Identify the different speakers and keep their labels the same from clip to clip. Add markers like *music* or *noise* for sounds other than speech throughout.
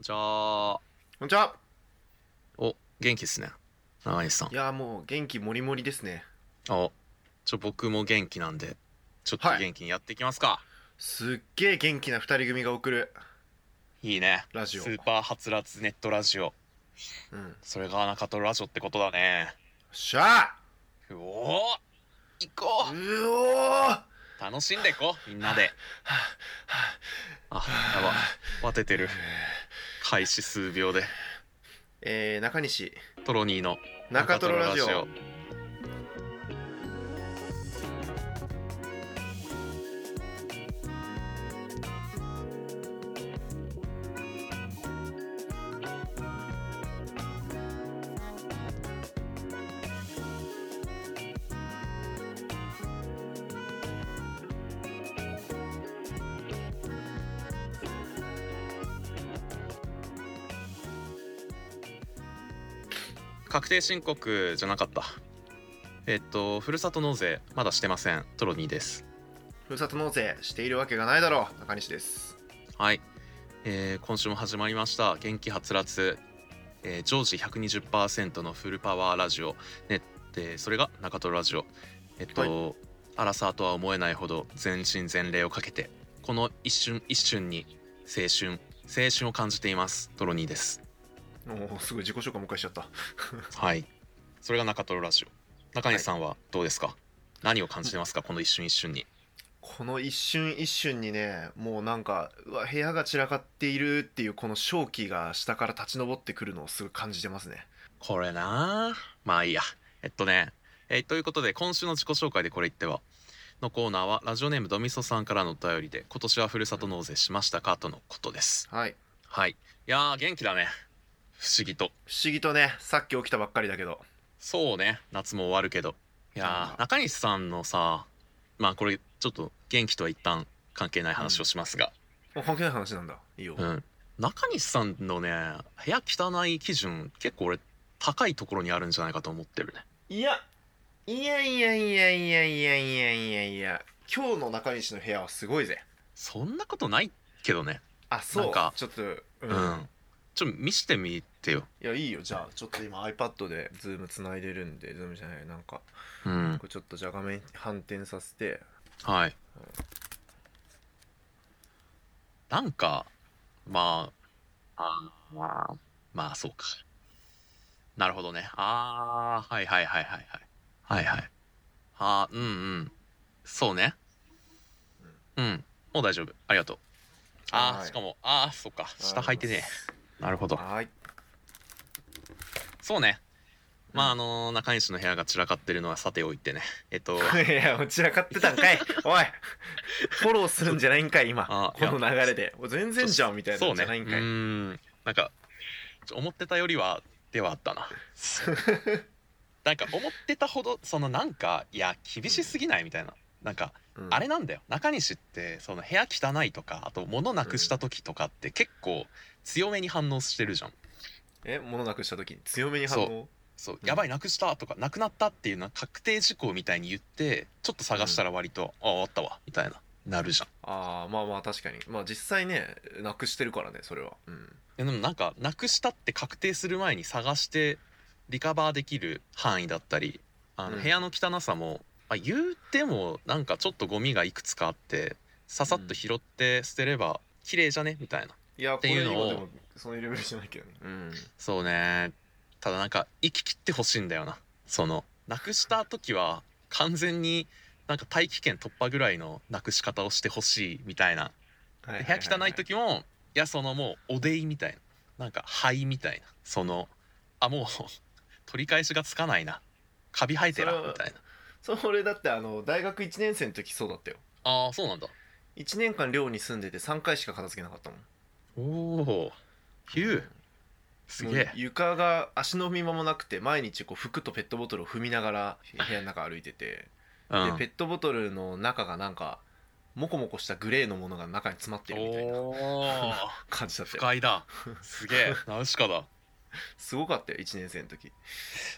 Speaker 1: じゃあ、
Speaker 2: こんにちは。
Speaker 1: お、元気ですね。長西さん
Speaker 2: い。やーもう元気もりもりですね。
Speaker 1: あ、ちょ、僕も元気なんで、ちょっと
Speaker 2: はい
Speaker 1: 元気にやっていきますか。
Speaker 2: すっげー元気な二人組が送る
Speaker 1: い、いね。
Speaker 2: ラ
Speaker 1: ス
Speaker 2: ジオ。
Speaker 1: ーパーハツラツネットラジオ。
Speaker 2: うん。
Speaker 1: それが中トラジオってことだね。
Speaker 2: しゃ
Speaker 1: うおー行こ
Speaker 2: あ。うおー。
Speaker 1: う楽しんでいこうみんなで。あ、やば。バテてる。開始数秒で。
Speaker 2: えー、中西
Speaker 1: トロニーの
Speaker 2: 中トロラジオ。
Speaker 1: 中トロ確定申告じゃなかった。えっと、ふるさと納税、まだしてません。トロニーです。
Speaker 2: ふるさと納税しているわけがないだろう。中西です。
Speaker 1: はい、えー今週も始まりました元気はつらつ、えー、常時120%のフルパワーラジオ、ねでそれが中トロラジオえっと、アラサーとは思えないほど全身全霊をかけてこの一瞬一瞬に青春青春を感じていますトロニーです
Speaker 2: おーすごい自己紹介もう一回しちゃった。
Speaker 1: はいそれが中トロラジオ中西さんはどうですか、何を感じてますかこの一瞬一瞬に
Speaker 2: この一瞬一瞬にね、もうなんか、うわ、部屋が散らかっているっていうこの正気が下から立ち上ってくるのをすごい感じてますね。
Speaker 1: これなあまあいいやえっとねえーということで今週の自己紹介でこれ言ってはのコーナーはラジオネームドミソさんからのお便りで今年はふるさと納税しましたかとのことです
Speaker 2: はい。
Speaker 1: はいいやー元気だね不思議と
Speaker 2: 不思議とね、さっき起きたばっかりだけど。
Speaker 1: そうね夏も終わるけどいやー中西さんのさまあこれちょっと元気とは一旦関係ない話をしますが、
Speaker 2: お関係ない話なんだ。いいよ。
Speaker 1: うん、中西さんのね部屋汚い基準結構俺高いところにあるんじゃないかと思ってるね
Speaker 2: いや、いやいやいやいやいやいやいやいや、今日の中西の部屋はすごいぜ。
Speaker 1: そんなことないけどね
Speaker 2: あ、そう
Speaker 1: なんか
Speaker 2: ちょっと、う
Speaker 1: う
Speaker 2: ん。
Speaker 1: ん。ちょっと見してみてよ。
Speaker 2: いや、いいよ。じゃあ、ちょっと今 iPad でズームつないでるんで、ズームじゃない、なんか、
Speaker 1: うん
Speaker 2: こ。れちょっとじゃあ画面反転させて、
Speaker 1: はい。なんか、まあ、あーまあ、そうか。なるほどね。ああ、はいはいはいはいはい。はいはい。ああ、うんうん。そうね。うん。もう大丈夫。ありがとう。あ
Speaker 2: は
Speaker 1: あ、
Speaker 2: い
Speaker 1: しかも、ああ、そっか。下履いてねえ。なるほど。
Speaker 2: はい。 *laughs*
Speaker 1: そうね。まあ、あのー中西の部屋が散らかってるのはさておいてね。えっと、
Speaker 2: いや、こちら買ってたんかい。おい、フォローするんじゃないんかい、今
Speaker 1: あ。
Speaker 2: この流れで。お全然じゃん、みたいな
Speaker 1: そ
Speaker 2: の
Speaker 1: う
Speaker 2: じ
Speaker 1: ね
Speaker 2: ゃないんか
Speaker 1: う
Speaker 2: い。
Speaker 1: ーんなんかちょ思ってたよりはではあったななんか思ってたほどそのなんかいや厳しすぎないみたいな、なんか
Speaker 2: *laughs* うん
Speaker 1: あれなんだよ中西ってその部屋汚いとかあと物なくした時とかって結構強めに反応してるじゃん
Speaker 2: え、物なくした時に強めに反応
Speaker 1: そう
Speaker 2: うん
Speaker 1: やばいなくしたとかなくなったっていうのは確定事項みたいに言ってちょっと探したら割と、あああったわみたいななるじゃん
Speaker 2: ああ、まあまあ確かに。まあ実際ね、なくしてるからね、それは。うん。
Speaker 1: いやでもなんかなくしたって確定する前に探してリカバーできる範囲だったりあの
Speaker 2: うん
Speaker 1: 部屋の汚さも、まあ、言うてもなんかちょっとゴミがいくつかあってささっと拾って捨てれば綺麗じゃねみたいない
Speaker 2: や、こ
Speaker 1: て
Speaker 2: れ
Speaker 1: いう
Speaker 2: 今
Speaker 1: のを
Speaker 2: でもそのレベルじゃないけどね。うん。
Speaker 1: そうねただなんか生き切ってほしいんだよなそのなくした時は完全になんか大気圏突破ぐらいのなくし方をしてほしいみたいな部
Speaker 2: は
Speaker 1: 屋汚い。時もいやそのもうおでいみたいななんか灰みたいなそのあもう *laughs* 取り返しがつかないなカビ生えて
Speaker 2: そ
Speaker 1: ら
Speaker 2: れは
Speaker 1: みたいな
Speaker 2: それだってあの、大学1年生の時そうだったよ。
Speaker 1: ああそうなんだ
Speaker 2: 1年間寮に住んでて3回しか片付けなかったもん。
Speaker 1: おおヒューすげ
Speaker 2: も
Speaker 1: え
Speaker 2: う床が足の踏み場もなくて、毎日こう服とペットボトルを踏みながら部屋の中歩いてて、
Speaker 1: う
Speaker 2: で、ペ
Speaker 1: ん
Speaker 2: ットボトルの中がなんか、モコモコしたグレーのものが中に詰まってるみたいな
Speaker 1: おお
Speaker 2: *laughs* 感じだったよ。
Speaker 1: 深いだすげえナウシカだ
Speaker 2: すごかったよ、1年生の時。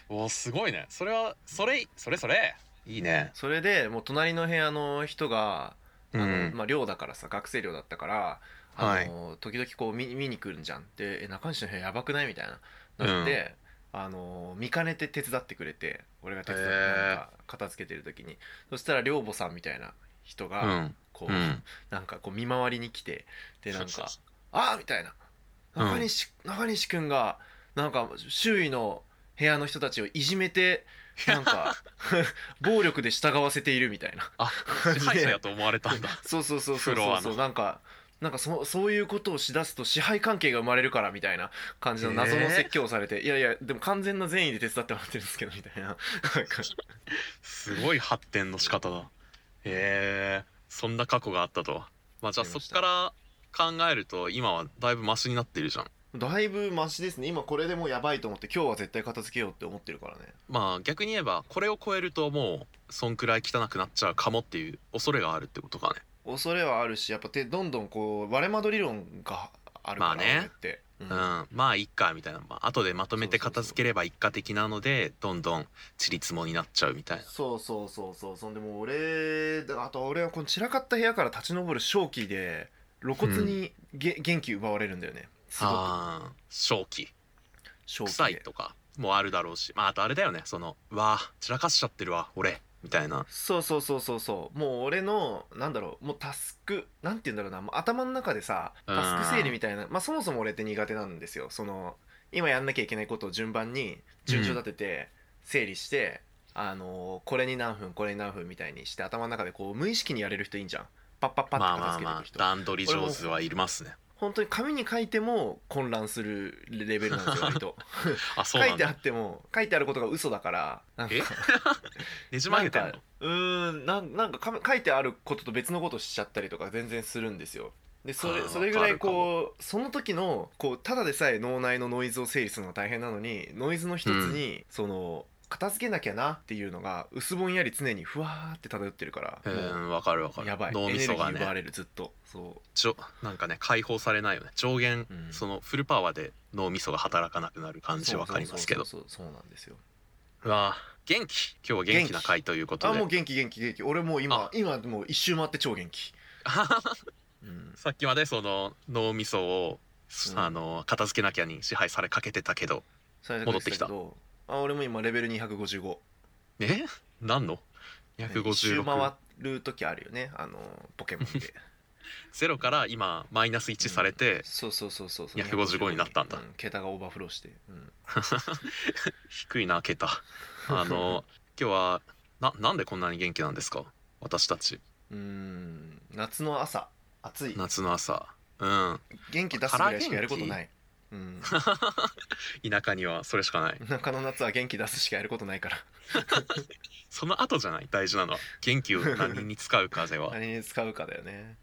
Speaker 1: おーすごいねそれはそれそれそれいいね
Speaker 2: それでもう隣の部屋の人が
Speaker 1: う
Speaker 2: あの
Speaker 1: ん
Speaker 2: まあ、寮だからさ学生寮だったから「あの、時々こう見見に来るんじゃんでえ中西の部屋やばくないみたいななって、あの見かねて手伝ってくれて俺が手伝って
Speaker 1: へー
Speaker 2: なんか片付けてる時にそしたら寮母さんみたいな人
Speaker 1: う
Speaker 2: が
Speaker 1: ん
Speaker 2: こう、
Speaker 1: うん
Speaker 2: なんかこう見回りに来てでなん
Speaker 1: そう
Speaker 2: か
Speaker 1: そ
Speaker 2: 「ああ!」みたいな
Speaker 1: うん
Speaker 2: 中西,、中西くんがなんか周囲の部屋の人たちをいじめてなんか *laughs* 暴力で従わせているみたいな
Speaker 1: *laughs* あ支配者やと思われたんだ
Speaker 2: そうそうそうそう
Speaker 1: フロ
Speaker 2: そう
Speaker 1: ア
Speaker 2: そう
Speaker 1: の
Speaker 2: なんかなんかそそういうことをしだすと支配関係が生まれるからみたいな感じの謎の説教をされて、いやいやでも完全な善意で手伝ってもらってるんですけどみたいななん
Speaker 1: *laughs*
Speaker 2: か
Speaker 1: すごい発展の仕方だへえそんな過去があったとはまあじゃあ
Speaker 2: あり
Speaker 1: そ
Speaker 2: ま
Speaker 1: っ
Speaker 2: した
Speaker 1: から考えると今はだいぶマシになってるじゃん
Speaker 2: だいぶマシですね今これでもうやばいと思って今日は絶対片付けようって思ってるからね
Speaker 1: まあ逆に言えばこれを超えるともうそんくらい汚くなっちゃうかもっていう恐れがあるってことかね
Speaker 2: 恐れはあるしやっぱてどんどんこう割れ窓理論があるから
Speaker 1: まあね
Speaker 2: 俺って、う
Speaker 1: うん、まあいっかみたいな、まあ後でまとめて片付ければいっか的なのでどんどんちりつもになっちゃうみたいな
Speaker 2: そうそうそうそうそんでもう俺だあと俺はこの散らかった部屋から立ち上る正気で露骨にげ、元気奪われるんだよねすごく
Speaker 1: ああ正気
Speaker 2: 正気
Speaker 1: 臭い
Speaker 2: で
Speaker 1: とかもあるだろうしまああとあれだよねその「うわあ散らかしちゃってるわ俺」みたいな
Speaker 2: そうそうそうそうそうもう俺のなんだろうもうタスクなんて言うんだろうなもう頭の中でさタスク整理みたいな、まあそもそも俺って苦手なんですよその今やんなきゃいけないことを順番に順序立てて整理して、あのーこれに何分これに何分みたいにして頭の中でこう無意識にやれる人いいんじゃんパッパッパ
Speaker 1: ま
Speaker 2: ッ
Speaker 1: あ
Speaker 2: て
Speaker 1: まあ
Speaker 2: 片付けて
Speaker 1: ま
Speaker 2: い
Speaker 1: あ
Speaker 2: く人、
Speaker 1: 段取り上手はいりますね
Speaker 2: 本当に紙に書いても混乱するレベルなんですよ割と
Speaker 1: あ *laughs* そうな
Speaker 2: 書
Speaker 1: いん
Speaker 2: てあ
Speaker 1: だ
Speaker 2: っても書いてあることが嘘だからなんか
Speaker 1: えねじ曲げてん
Speaker 2: な
Speaker 1: の
Speaker 2: んかうーんなんなんかか書いてあることと別のことしちゃったりとか全然するんですよでそ
Speaker 1: あ
Speaker 2: れ
Speaker 1: ー
Speaker 2: それぐら
Speaker 1: わ
Speaker 2: い
Speaker 1: かるか
Speaker 2: こうその時のこうただでさえ脳内のノイズを整理するのが大変なのにノイズの一つに、その片付けなきゃなっていうのが薄ぼんやり常にふわーって漂ってるから
Speaker 1: う
Speaker 2: も
Speaker 1: んわかるわか
Speaker 2: う
Speaker 1: る
Speaker 2: やばい、
Speaker 1: 脳
Speaker 2: エ
Speaker 1: み
Speaker 2: ネル
Speaker 1: そ
Speaker 2: ギ
Speaker 1: が
Speaker 2: ー奪わ
Speaker 1: ね
Speaker 2: れるずっとそ
Speaker 1: ちょなんかね解放されないよね上限、
Speaker 2: うん
Speaker 1: そのフルパワーで脳みそが働かなくなる
Speaker 2: う
Speaker 1: 感じわかりますけど
Speaker 2: そうそうそうそうなんですよ
Speaker 1: うわ元気今日は元気な回ということ
Speaker 2: あ
Speaker 1: で
Speaker 2: もう元気元気元気俺もう
Speaker 1: あ
Speaker 2: 今今もう一周回って超
Speaker 1: *laughs*
Speaker 2: 元気、うん、
Speaker 1: さっきまでその脳みそを、
Speaker 2: うん
Speaker 1: あの片付けなきゃに支配されかけてたけど戻ってきた
Speaker 2: あ俺も今レベル255
Speaker 1: え何の
Speaker 2: 一周回
Speaker 1: 256
Speaker 2: る時あるよねあのポケモン
Speaker 1: *laughs*
Speaker 2: で
Speaker 1: ゼロから今マイナス1されて、
Speaker 2: そうそうそうそうそう
Speaker 1: 255になったんだ
Speaker 2: う桁がオーバーフローして、うん、
Speaker 1: 低いな桁あ
Speaker 2: *laughs*
Speaker 1: の今日はななんでこんなに元気なんですか私たち
Speaker 2: うーん夏の朝暑い
Speaker 1: 夏の朝うん
Speaker 2: 元気出すぐらいしかやることない、うん、
Speaker 1: 田舎にはそれしかない *laughs*
Speaker 2: 田舎の夏は元気出すしかやることないから
Speaker 1: その後じゃない大事なのは元気を何に使うかで
Speaker 2: *laughs*
Speaker 1: は
Speaker 2: 何に使うかだよね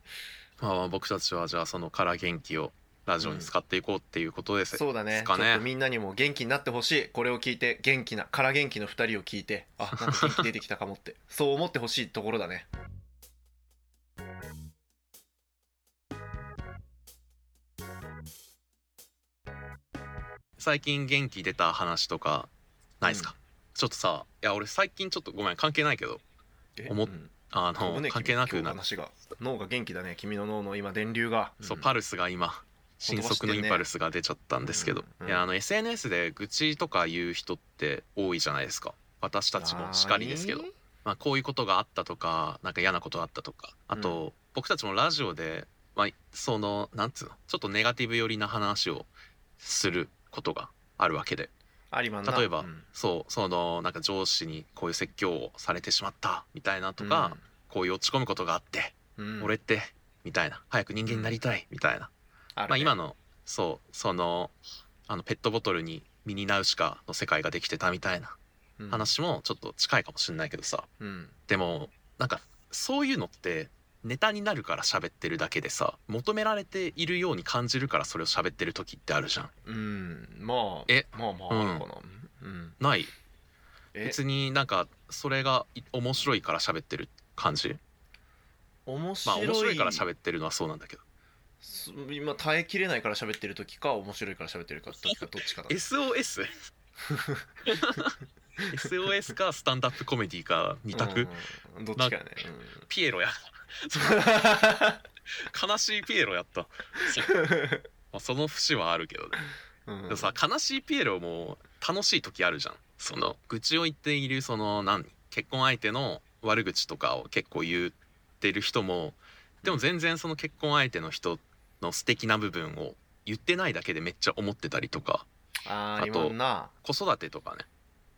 Speaker 1: まあ僕たちはじゃあそのから元気をラジオに使っていこうっていうことです、
Speaker 2: そうだ
Speaker 1: で
Speaker 2: ね
Speaker 1: すかね
Speaker 2: ちょっとみんなにも元気になってほしいこれを聞いて元気なから元気の2人を聞いてあなんか元気出てきたかもって *laughs* そう思ってほしいところだね
Speaker 1: 最近元気出た話とかないですか、ちょっとさいや俺最近ちょっとごめん関係ないけど
Speaker 2: え
Speaker 1: 思っ
Speaker 2: うん
Speaker 1: あ
Speaker 2: 飛ぶ
Speaker 1: の、
Speaker 2: ね
Speaker 1: 関係なく
Speaker 2: 君今
Speaker 1: な
Speaker 2: 日話が脳が元気だね君の脳の今電流が、
Speaker 1: そう、
Speaker 2: ん
Speaker 1: パルスが今新
Speaker 2: 飛ばして
Speaker 1: 速
Speaker 2: んね
Speaker 1: のインパルスが出ちゃったんですけど、
Speaker 2: うん
Speaker 1: いやあの SNS で愚痴とか言う人って多いじゃないですか私たちもしかりですけど
Speaker 2: なーに
Speaker 1: まあ、こういうことがあったとかなんか嫌なことあったとかあと、僕たちもラジオで、まあ、そのなんつうのちょっとネガティブ寄りな話をすることがあるわけで
Speaker 2: ありまんな
Speaker 1: 例えば
Speaker 2: うん
Speaker 1: そうそのなんか上司にこういう説教をされてしまったみたいなとか、こういう落ち込むことがあって、
Speaker 2: うんうん
Speaker 1: 俺ってみたいな早く人間になりたいみたいな
Speaker 2: あるね
Speaker 1: まあ、今のそうそのあのペットボトルにミニナウシカの世界ができてたみたいな
Speaker 2: うん
Speaker 1: 話もちょっと近いかもしれないけどさ
Speaker 2: うん
Speaker 1: でもなんかそういうのってネタになるから喋ってるだけでさ求められているように感じるからそれを喋ってる時ってあるじゃん。
Speaker 2: うんまあ
Speaker 1: え
Speaker 2: まあま
Speaker 1: うん
Speaker 2: ああるかなうん、うん
Speaker 1: ない
Speaker 2: え
Speaker 1: 別になんかそれがい面白いから喋ってる感じ
Speaker 2: 面白
Speaker 1: まあ
Speaker 2: い,、
Speaker 1: 面白いから喋ってるのはそうなんだけど
Speaker 2: す今耐えきれないから喋ってる時か面白いから喋ってる時かどっちかだ
Speaker 1: *laughs* SOS? SOS かスタンダップコメディか二択、
Speaker 2: うんうんどっちかやね、うん
Speaker 1: ピエロや
Speaker 2: そう
Speaker 1: 悲しいピエロや
Speaker 2: *laughs*
Speaker 1: った、まあ、その節はあるけどね
Speaker 2: うん
Speaker 1: *laughs* でもさ悲しいピエロも楽しい時あるじゃんその愚痴を言っているその何結婚相手の悪口とかを結構言ってる人もでも全然その結婚相手の人の素敵な部分を言ってないだけでめっちゃ思ってたりとか
Speaker 2: あ
Speaker 1: あと
Speaker 2: ー今な
Speaker 1: 子育てとか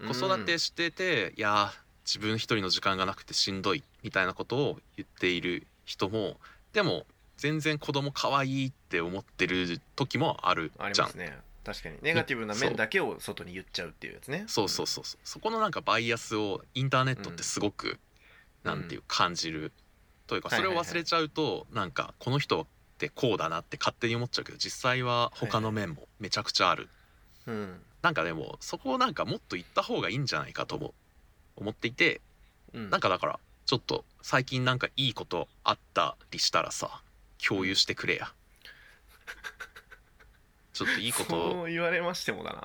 Speaker 1: ね子育てしてて、いやー自分一人の時間がなくてしんどいみたいなことを言っている人もでも全然子供可愛いって思ってる時もある
Speaker 2: うんあり
Speaker 1: じゃ
Speaker 2: ま
Speaker 1: ん
Speaker 2: すね確かにネガティブな面だけを外に言っちゃうっていうやつね
Speaker 1: そうそうそうそうそこのなんかバイアスをインターネットってすごく、
Speaker 2: うん
Speaker 1: なんていう感じるというか
Speaker 2: は
Speaker 1: そ
Speaker 2: いは
Speaker 1: れ
Speaker 2: い
Speaker 1: を
Speaker 2: はい
Speaker 1: 忘れちゃうと、なんかこの人ってこうだなって勝手に思っちゃうけど実際は他の面もめちゃくちゃある、
Speaker 2: うん、うん
Speaker 1: なんかでもそこをなんかもっと言った方がいいんじゃないかとも思っていて
Speaker 2: うん、
Speaker 1: なんかだからちょっと最近なんかいいことあったりしたらさ共有してくれ
Speaker 2: *laughs*
Speaker 1: や。ちょっといいことを
Speaker 2: そう言われましてもだな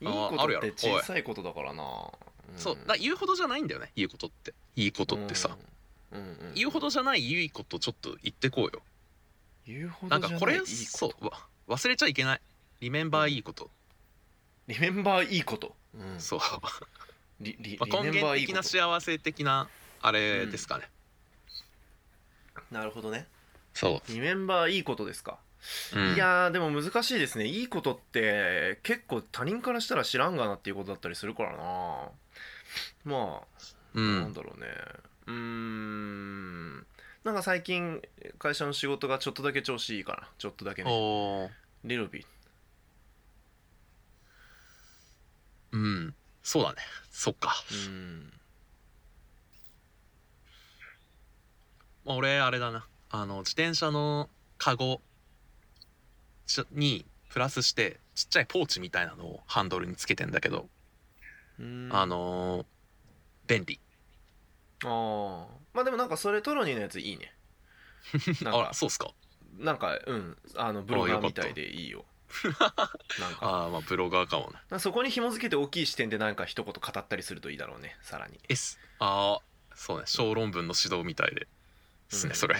Speaker 2: いい
Speaker 1: あ
Speaker 2: こ
Speaker 1: ある
Speaker 2: と
Speaker 1: やろ
Speaker 2: って小さいことだからな、ん
Speaker 1: そうだから言うほどじゃないんだよねいいことっていいことってさ、
Speaker 2: うんうんうん
Speaker 1: 言うほどじゃないいいことちょっと言ってこうよ
Speaker 2: 言うほ
Speaker 1: な
Speaker 2: ど
Speaker 1: んか
Speaker 2: じゃ
Speaker 1: こ
Speaker 2: ない
Speaker 1: れ
Speaker 2: いいこ
Speaker 1: そ
Speaker 2: と
Speaker 1: うわ忘れちゃいけないリメンバーいいこと、
Speaker 2: リメンバーいいこと、うん、
Speaker 1: そう、
Speaker 2: リリ
Speaker 1: まあ、
Speaker 2: リ
Speaker 1: 根
Speaker 2: メンバ
Speaker 1: 源
Speaker 2: ーいい
Speaker 1: 的
Speaker 2: こ
Speaker 1: な
Speaker 2: と
Speaker 1: 幸せ的なあれですかね、
Speaker 2: なるほどね
Speaker 1: そ
Speaker 2: リメンバーいいことですか、
Speaker 1: う、うん
Speaker 2: いやーでも難しいですねいいことって結構他人からしたら知らんがなっていうことだったりするからなまあ
Speaker 1: う
Speaker 2: なん
Speaker 1: ん
Speaker 2: だろうねうーんなんか最近会社の仕事がちょっとだけ調子いいかなちょっとだけ
Speaker 1: お
Speaker 2: ね
Speaker 1: ー
Speaker 2: リロビー
Speaker 1: うんそうだねそっか、
Speaker 2: うーん
Speaker 1: まあ、俺あれだなあの自転車のカゴちょにプラスしてちっちゃいポーチみたいなのをハンドルにつけてんだけど、
Speaker 2: うーん
Speaker 1: あのー便利
Speaker 2: あーまあでもなんかそれトロニーのやつい
Speaker 1: *laughs*
Speaker 2: いねなん
Speaker 1: あ
Speaker 2: から
Speaker 1: そうっすか
Speaker 2: なんかうんあのブロガーみたいでい
Speaker 1: *laughs*
Speaker 2: いよなんか
Speaker 1: ああまあブロガーかもね
Speaker 2: そこに紐付けて大きい視点でなんか一言語ったりするといいだろうねさらに
Speaker 1: S ああそうね小論文の指導みたいでですね、
Speaker 2: うん
Speaker 1: そ
Speaker 2: *laughs*
Speaker 1: れ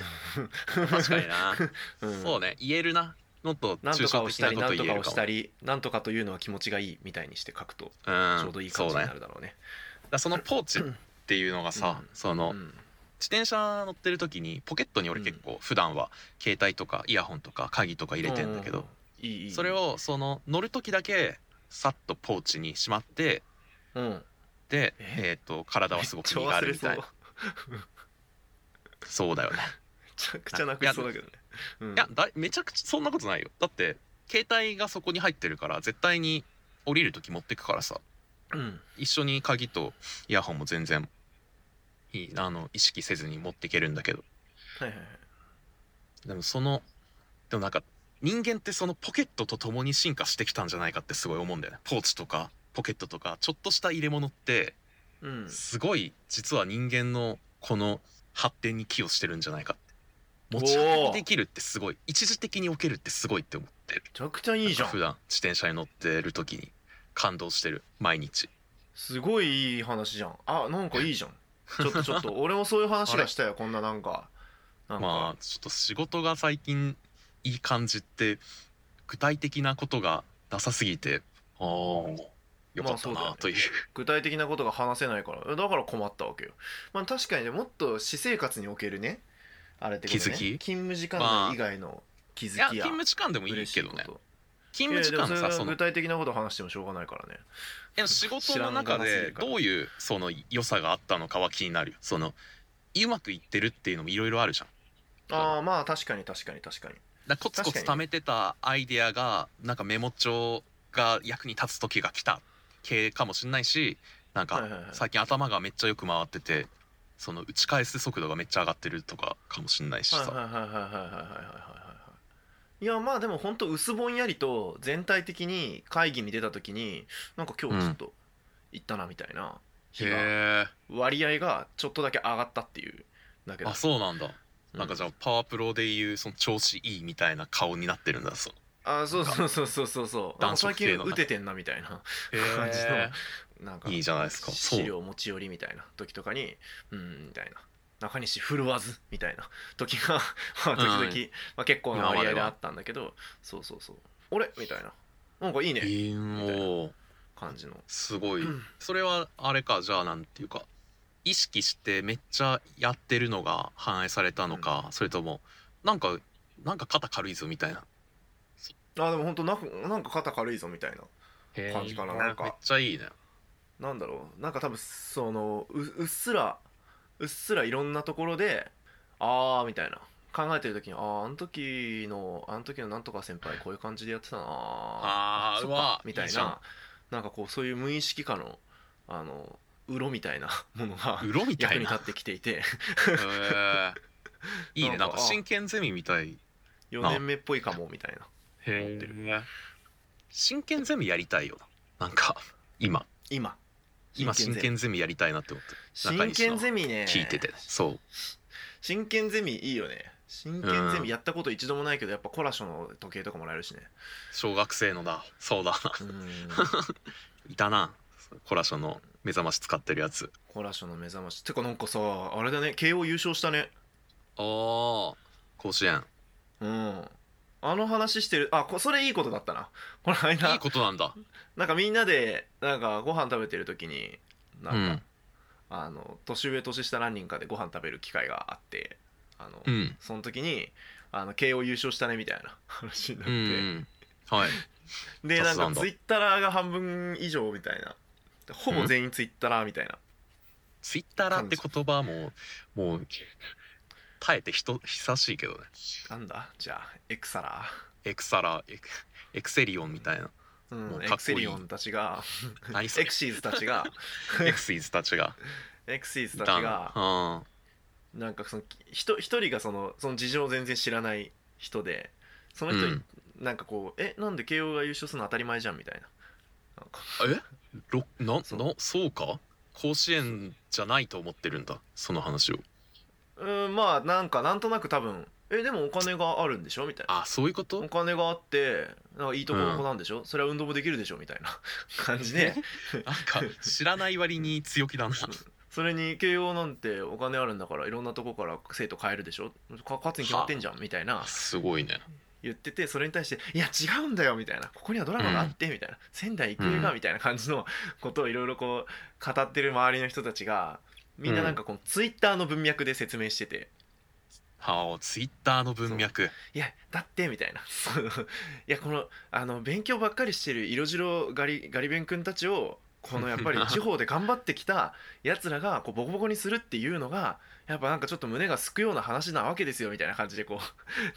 Speaker 1: 確かに *laughs* な、
Speaker 2: うん
Speaker 1: そうね言えるなもっと
Speaker 2: なん
Speaker 1: 抽
Speaker 2: とか
Speaker 1: 象
Speaker 2: をし
Speaker 1: 的な
Speaker 2: たり
Speaker 1: こ
Speaker 2: な
Speaker 1: と
Speaker 2: んと
Speaker 1: 言
Speaker 2: か
Speaker 1: える
Speaker 2: を
Speaker 1: か
Speaker 2: し
Speaker 1: も
Speaker 2: たりなんとかというのは気持ちがいいみたいにして書くとちょうどいい
Speaker 1: うん
Speaker 2: 感
Speaker 1: そう
Speaker 2: じに
Speaker 1: ね
Speaker 2: な
Speaker 1: だか
Speaker 2: るだろうね
Speaker 1: らそのポーチっていうのがさ、
Speaker 2: うん
Speaker 1: その
Speaker 2: う
Speaker 1: 自
Speaker 2: ん
Speaker 1: 転車乗ってる時にポケットに俺結構普段は携帯とかイヤホンとか鍵とか入れてんだけど、
Speaker 2: うんいいいい
Speaker 1: それ、をその乗る時だけさっとポーチにしまって
Speaker 2: うん、
Speaker 1: で
Speaker 2: え
Speaker 1: えっ、と体はすごく身があるみたい
Speaker 2: *laughs* めっちゃ忘れそう
Speaker 1: なそうだよね
Speaker 2: めちゃくちゃなくしそうだけどね、うん、
Speaker 1: いやだめちゃくちゃそんなことないよだって携帯がそこに入ってるから絶対に降りる時持ってくからさ
Speaker 2: うん
Speaker 1: 一緒に鍵とイヤホンも全然いいあの意識せずに持っていけるんだけど
Speaker 2: はいはいはい
Speaker 1: でもそのでもなんか人間ってそのポケットと共に進化してきたんじゃないかってすごい思うんだよねポーチとかポケットとかちょっとした入れ物って
Speaker 2: うん
Speaker 1: すごい実は人間のこの発展に寄与してるんじゃないかって持ち運びできるってすごい一時的に置けるってすごいって思ってる
Speaker 2: めちゃくちゃいいじゃん
Speaker 1: 普段自転車に乗ってる時に感動してる毎日
Speaker 2: すごいいい話じゃんあなんかいいじゃんちょっと
Speaker 1: *laughs*
Speaker 2: ちょっと俺もそういう話がしたよこんななんかなんか、
Speaker 1: まあちょっと仕事が最近いい感じって具体的なことがなさすぎてああよかった
Speaker 2: まあそうだよ
Speaker 1: な
Speaker 2: ね
Speaker 1: という,、
Speaker 2: 具体的なことが話せないからだから困ったわけよまあ確かにねもっと私生活におけるねあれってこと
Speaker 1: 気づ
Speaker 2: ね
Speaker 1: き
Speaker 2: 勤務時間内以外の気づ
Speaker 1: い
Speaker 2: き
Speaker 1: や
Speaker 2: や
Speaker 1: 勤務時間でもいい
Speaker 2: 嬉し
Speaker 1: け
Speaker 2: い
Speaker 1: ど
Speaker 2: こ
Speaker 1: ね
Speaker 2: と
Speaker 1: 勤務時間
Speaker 2: いやいやで
Speaker 1: のさ
Speaker 2: もそれ
Speaker 1: そ
Speaker 2: は
Speaker 1: の
Speaker 2: 具体的なこと話してもしょうがないからね
Speaker 1: でも仕事の中
Speaker 2: 知らんがなすぎ
Speaker 1: で
Speaker 2: るから
Speaker 1: どういうその良さがあったのかは気になるよそのうまくいってるっていうのもいろいろあるじゃん
Speaker 2: ああまあ確かに確かに確かに
Speaker 1: だからコツコツ
Speaker 2: 確か
Speaker 1: 貯めてたアイデアがなんかメモ帳が役に立つ時が来た系かもしんないしなん
Speaker 2: はいはい
Speaker 1: か
Speaker 2: はい
Speaker 1: 最近頭がめっちゃよく回っててその打ち返す速度がめっちゃ上がってるとかかもしんないし
Speaker 2: はい
Speaker 1: さ、
Speaker 2: はいはいはいはいはいはいはいいやまあでも本当薄ぼんやりと全体的に会議に出た時になんか今日ちょっと行ったなみたいな日が
Speaker 1: へ
Speaker 2: 割合がちょっとだけ上がったっていうだけ
Speaker 1: え
Speaker 2: だ
Speaker 1: あそうなんだ、
Speaker 2: うん
Speaker 1: なんかじゃあパワープロでいうその調子いいみたいな顔になってるんだそう
Speaker 2: あそうそうそうそうそうそうな
Speaker 1: 男
Speaker 2: んか最
Speaker 1: 色系
Speaker 2: 近
Speaker 1: のな
Speaker 2: 打ててんなみたいな
Speaker 1: へ
Speaker 2: 感じの
Speaker 1: え
Speaker 2: なんか
Speaker 1: いいじゃないですかそ
Speaker 2: 資
Speaker 1: う
Speaker 2: 料持ち寄りみたいな時とかにうんみたいな中西振るわずみたいな時が *laughs* まあ時々、
Speaker 1: うん
Speaker 2: まあ、結構な割
Speaker 1: 今ま
Speaker 2: 合
Speaker 1: で
Speaker 2: で
Speaker 1: は
Speaker 2: あったんだけどそうそうそう俺みたいななんかいい
Speaker 1: え
Speaker 2: ね
Speaker 1: ー、おー
Speaker 2: 感じの
Speaker 1: すごい、
Speaker 2: うん
Speaker 1: それはあれかじゃあなんていうか意識してめっちゃやってるのが反映されたのか、それともなんかなんか肩軽いぞみたいな
Speaker 2: あでも本当なくなんか肩軽いぞみたいな感じかな
Speaker 1: へー
Speaker 2: なんか
Speaker 1: めっちゃいいね
Speaker 2: なんだろうなんか多分そのううっすらうっすらいろんなところでああみたいな考えてる時にあああの時のあの時のなんとか先輩こういう感じでやってたなー
Speaker 1: あー
Speaker 2: そっ
Speaker 1: うわ
Speaker 2: か
Speaker 1: ー
Speaker 2: みた
Speaker 1: いい
Speaker 2: い
Speaker 1: じゃん
Speaker 2: ななんかこうそういう無意識化のあのうろみたいなものが
Speaker 1: うろみた
Speaker 2: 役
Speaker 1: い
Speaker 2: に
Speaker 1: な
Speaker 2: 立ってきて
Speaker 1: *laughs*
Speaker 2: いて
Speaker 1: へーいいねなん
Speaker 2: な
Speaker 1: ん
Speaker 2: か
Speaker 1: か真剣ゼミみたい
Speaker 2: 4年目っぽいかもみたいな
Speaker 1: へえ真剣ゼミやりたいよななんか今
Speaker 2: 今
Speaker 1: 今真
Speaker 2: ゼミ
Speaker 1: 剣ゼミやりたいなって思って中
Speaker 2: 真
Speaker 1: 西の
Speaker 2: 剣ゼミね
Speaker 1: 聞いてて、そう
Speaker 2: 真剣ゼミいいよね真剣ゼ
Speaker 1: うん
Speaker 2: ミやったこと一度もないけどやっぱコラショの時計とかもらえるしね
Speaker 1: 小学生のだそうだ *laughs*
Speaker 2: うん
Speaker 1: いたなコラショの目覚まし使ってるやつ
Speaker 2: コラショの目覚ましてかなんかさあれだね慶応優勝したね
Speaker 1: ああ甲子園
Speaker 2: うんあの話してるあこそれいいことだったなこの間
Speaker 1: いいことなんだ
Speaker 2: なんかみんなでなんかご飯食べてる時になんか、
Speaker 1: うん
Speaker 2: あの年上年下何人かでご飯食べる機会があってあの、
Speaker 1: うん
Speaker 2: その時にあの慶応優勝したねみたいな話になっ
Speaker 1: う
Speaker 2: て、
Speaker 1: んうんはい
Speaker 2: でな
Speaker 1: 雑
Speaker 2: んか
Speaker 1: 談だ
Speaker 2: ツイッターが半分以上みたいなほぼ全員ツイッターみたいな、
Speaker 1: ツイッターって言葉ももう耐えて人久しいけどね
Speaker 2: なんだじゃあエクサラ
Speaker 1: エクサラエクエクセリオンみたい *laughs* な
Speaker 2: ー、
Speaker 1: もうかっこいい
Speaker 2: うん、エクセリオンたちが
Speaker 1: 何そ
Speaker 2: エ
Speaker 1: れ
Speaker 2: クシーズた
Speaker 1: *laughs*
Speaker 2: ちが
Speaker 1: エクスイズたちが
Speaker 2: エクシーズ
Speaker 1: い
Speaker 2: たち
Speaker 1: た
Speaker 2: が
Speaker 1: の
Speaker 2: なんかそのひと一人がそのその事情を全然知らない人でその人になんかこう「えなんで慶応が優勝するの当たり前じゃん」みたいななんか
Speaker 1: うんえろな
Speaker 2: そう
Speaker 1: なそうか甲子園じゃないと思ってるんだその話を
Speaker 2: うんまあなんかなんとなく多分「えでもお金があるんでしょ?」みたいな。
Speaker 1: あそういうこと
Speaker 2: お金があってなんかいいとこの子なんでしょ、それは運動もできるでしょみたいな *laughs* 感じで
Speaker 1: なんか知らない割に強気だな
Speaker 2: それに慶応なんてお金あるんだからいろんなとこから生徒変えるでしょか勝つに決まってんじゃんみたいな
Speaker 1: すごいね
Speaker 2: 言っててそれに対して「いや違うんだよ」みたいな「ここにはドラマがあって」みたいな「仙台育英が」
Speaker 1: うん
Speaker 2: みたいな感じのことをいろいろこう語ってる周りの人たちがみんななんかこのツイッターの文脈で説明してて
Speaker 1: はあツイッターの文脈
Speaker 2: 「いやだって」みたいな「 *laughs* そういやこのあの勉強ばっかりしてる色白ガリガリ弁君たちをこのやっぱ *laughs* り地方で頑張ってきたやつらがこうボコボコにするっていうのがやっぱなんかちょっと胸がすくような話なわけですよみたいな感じでこう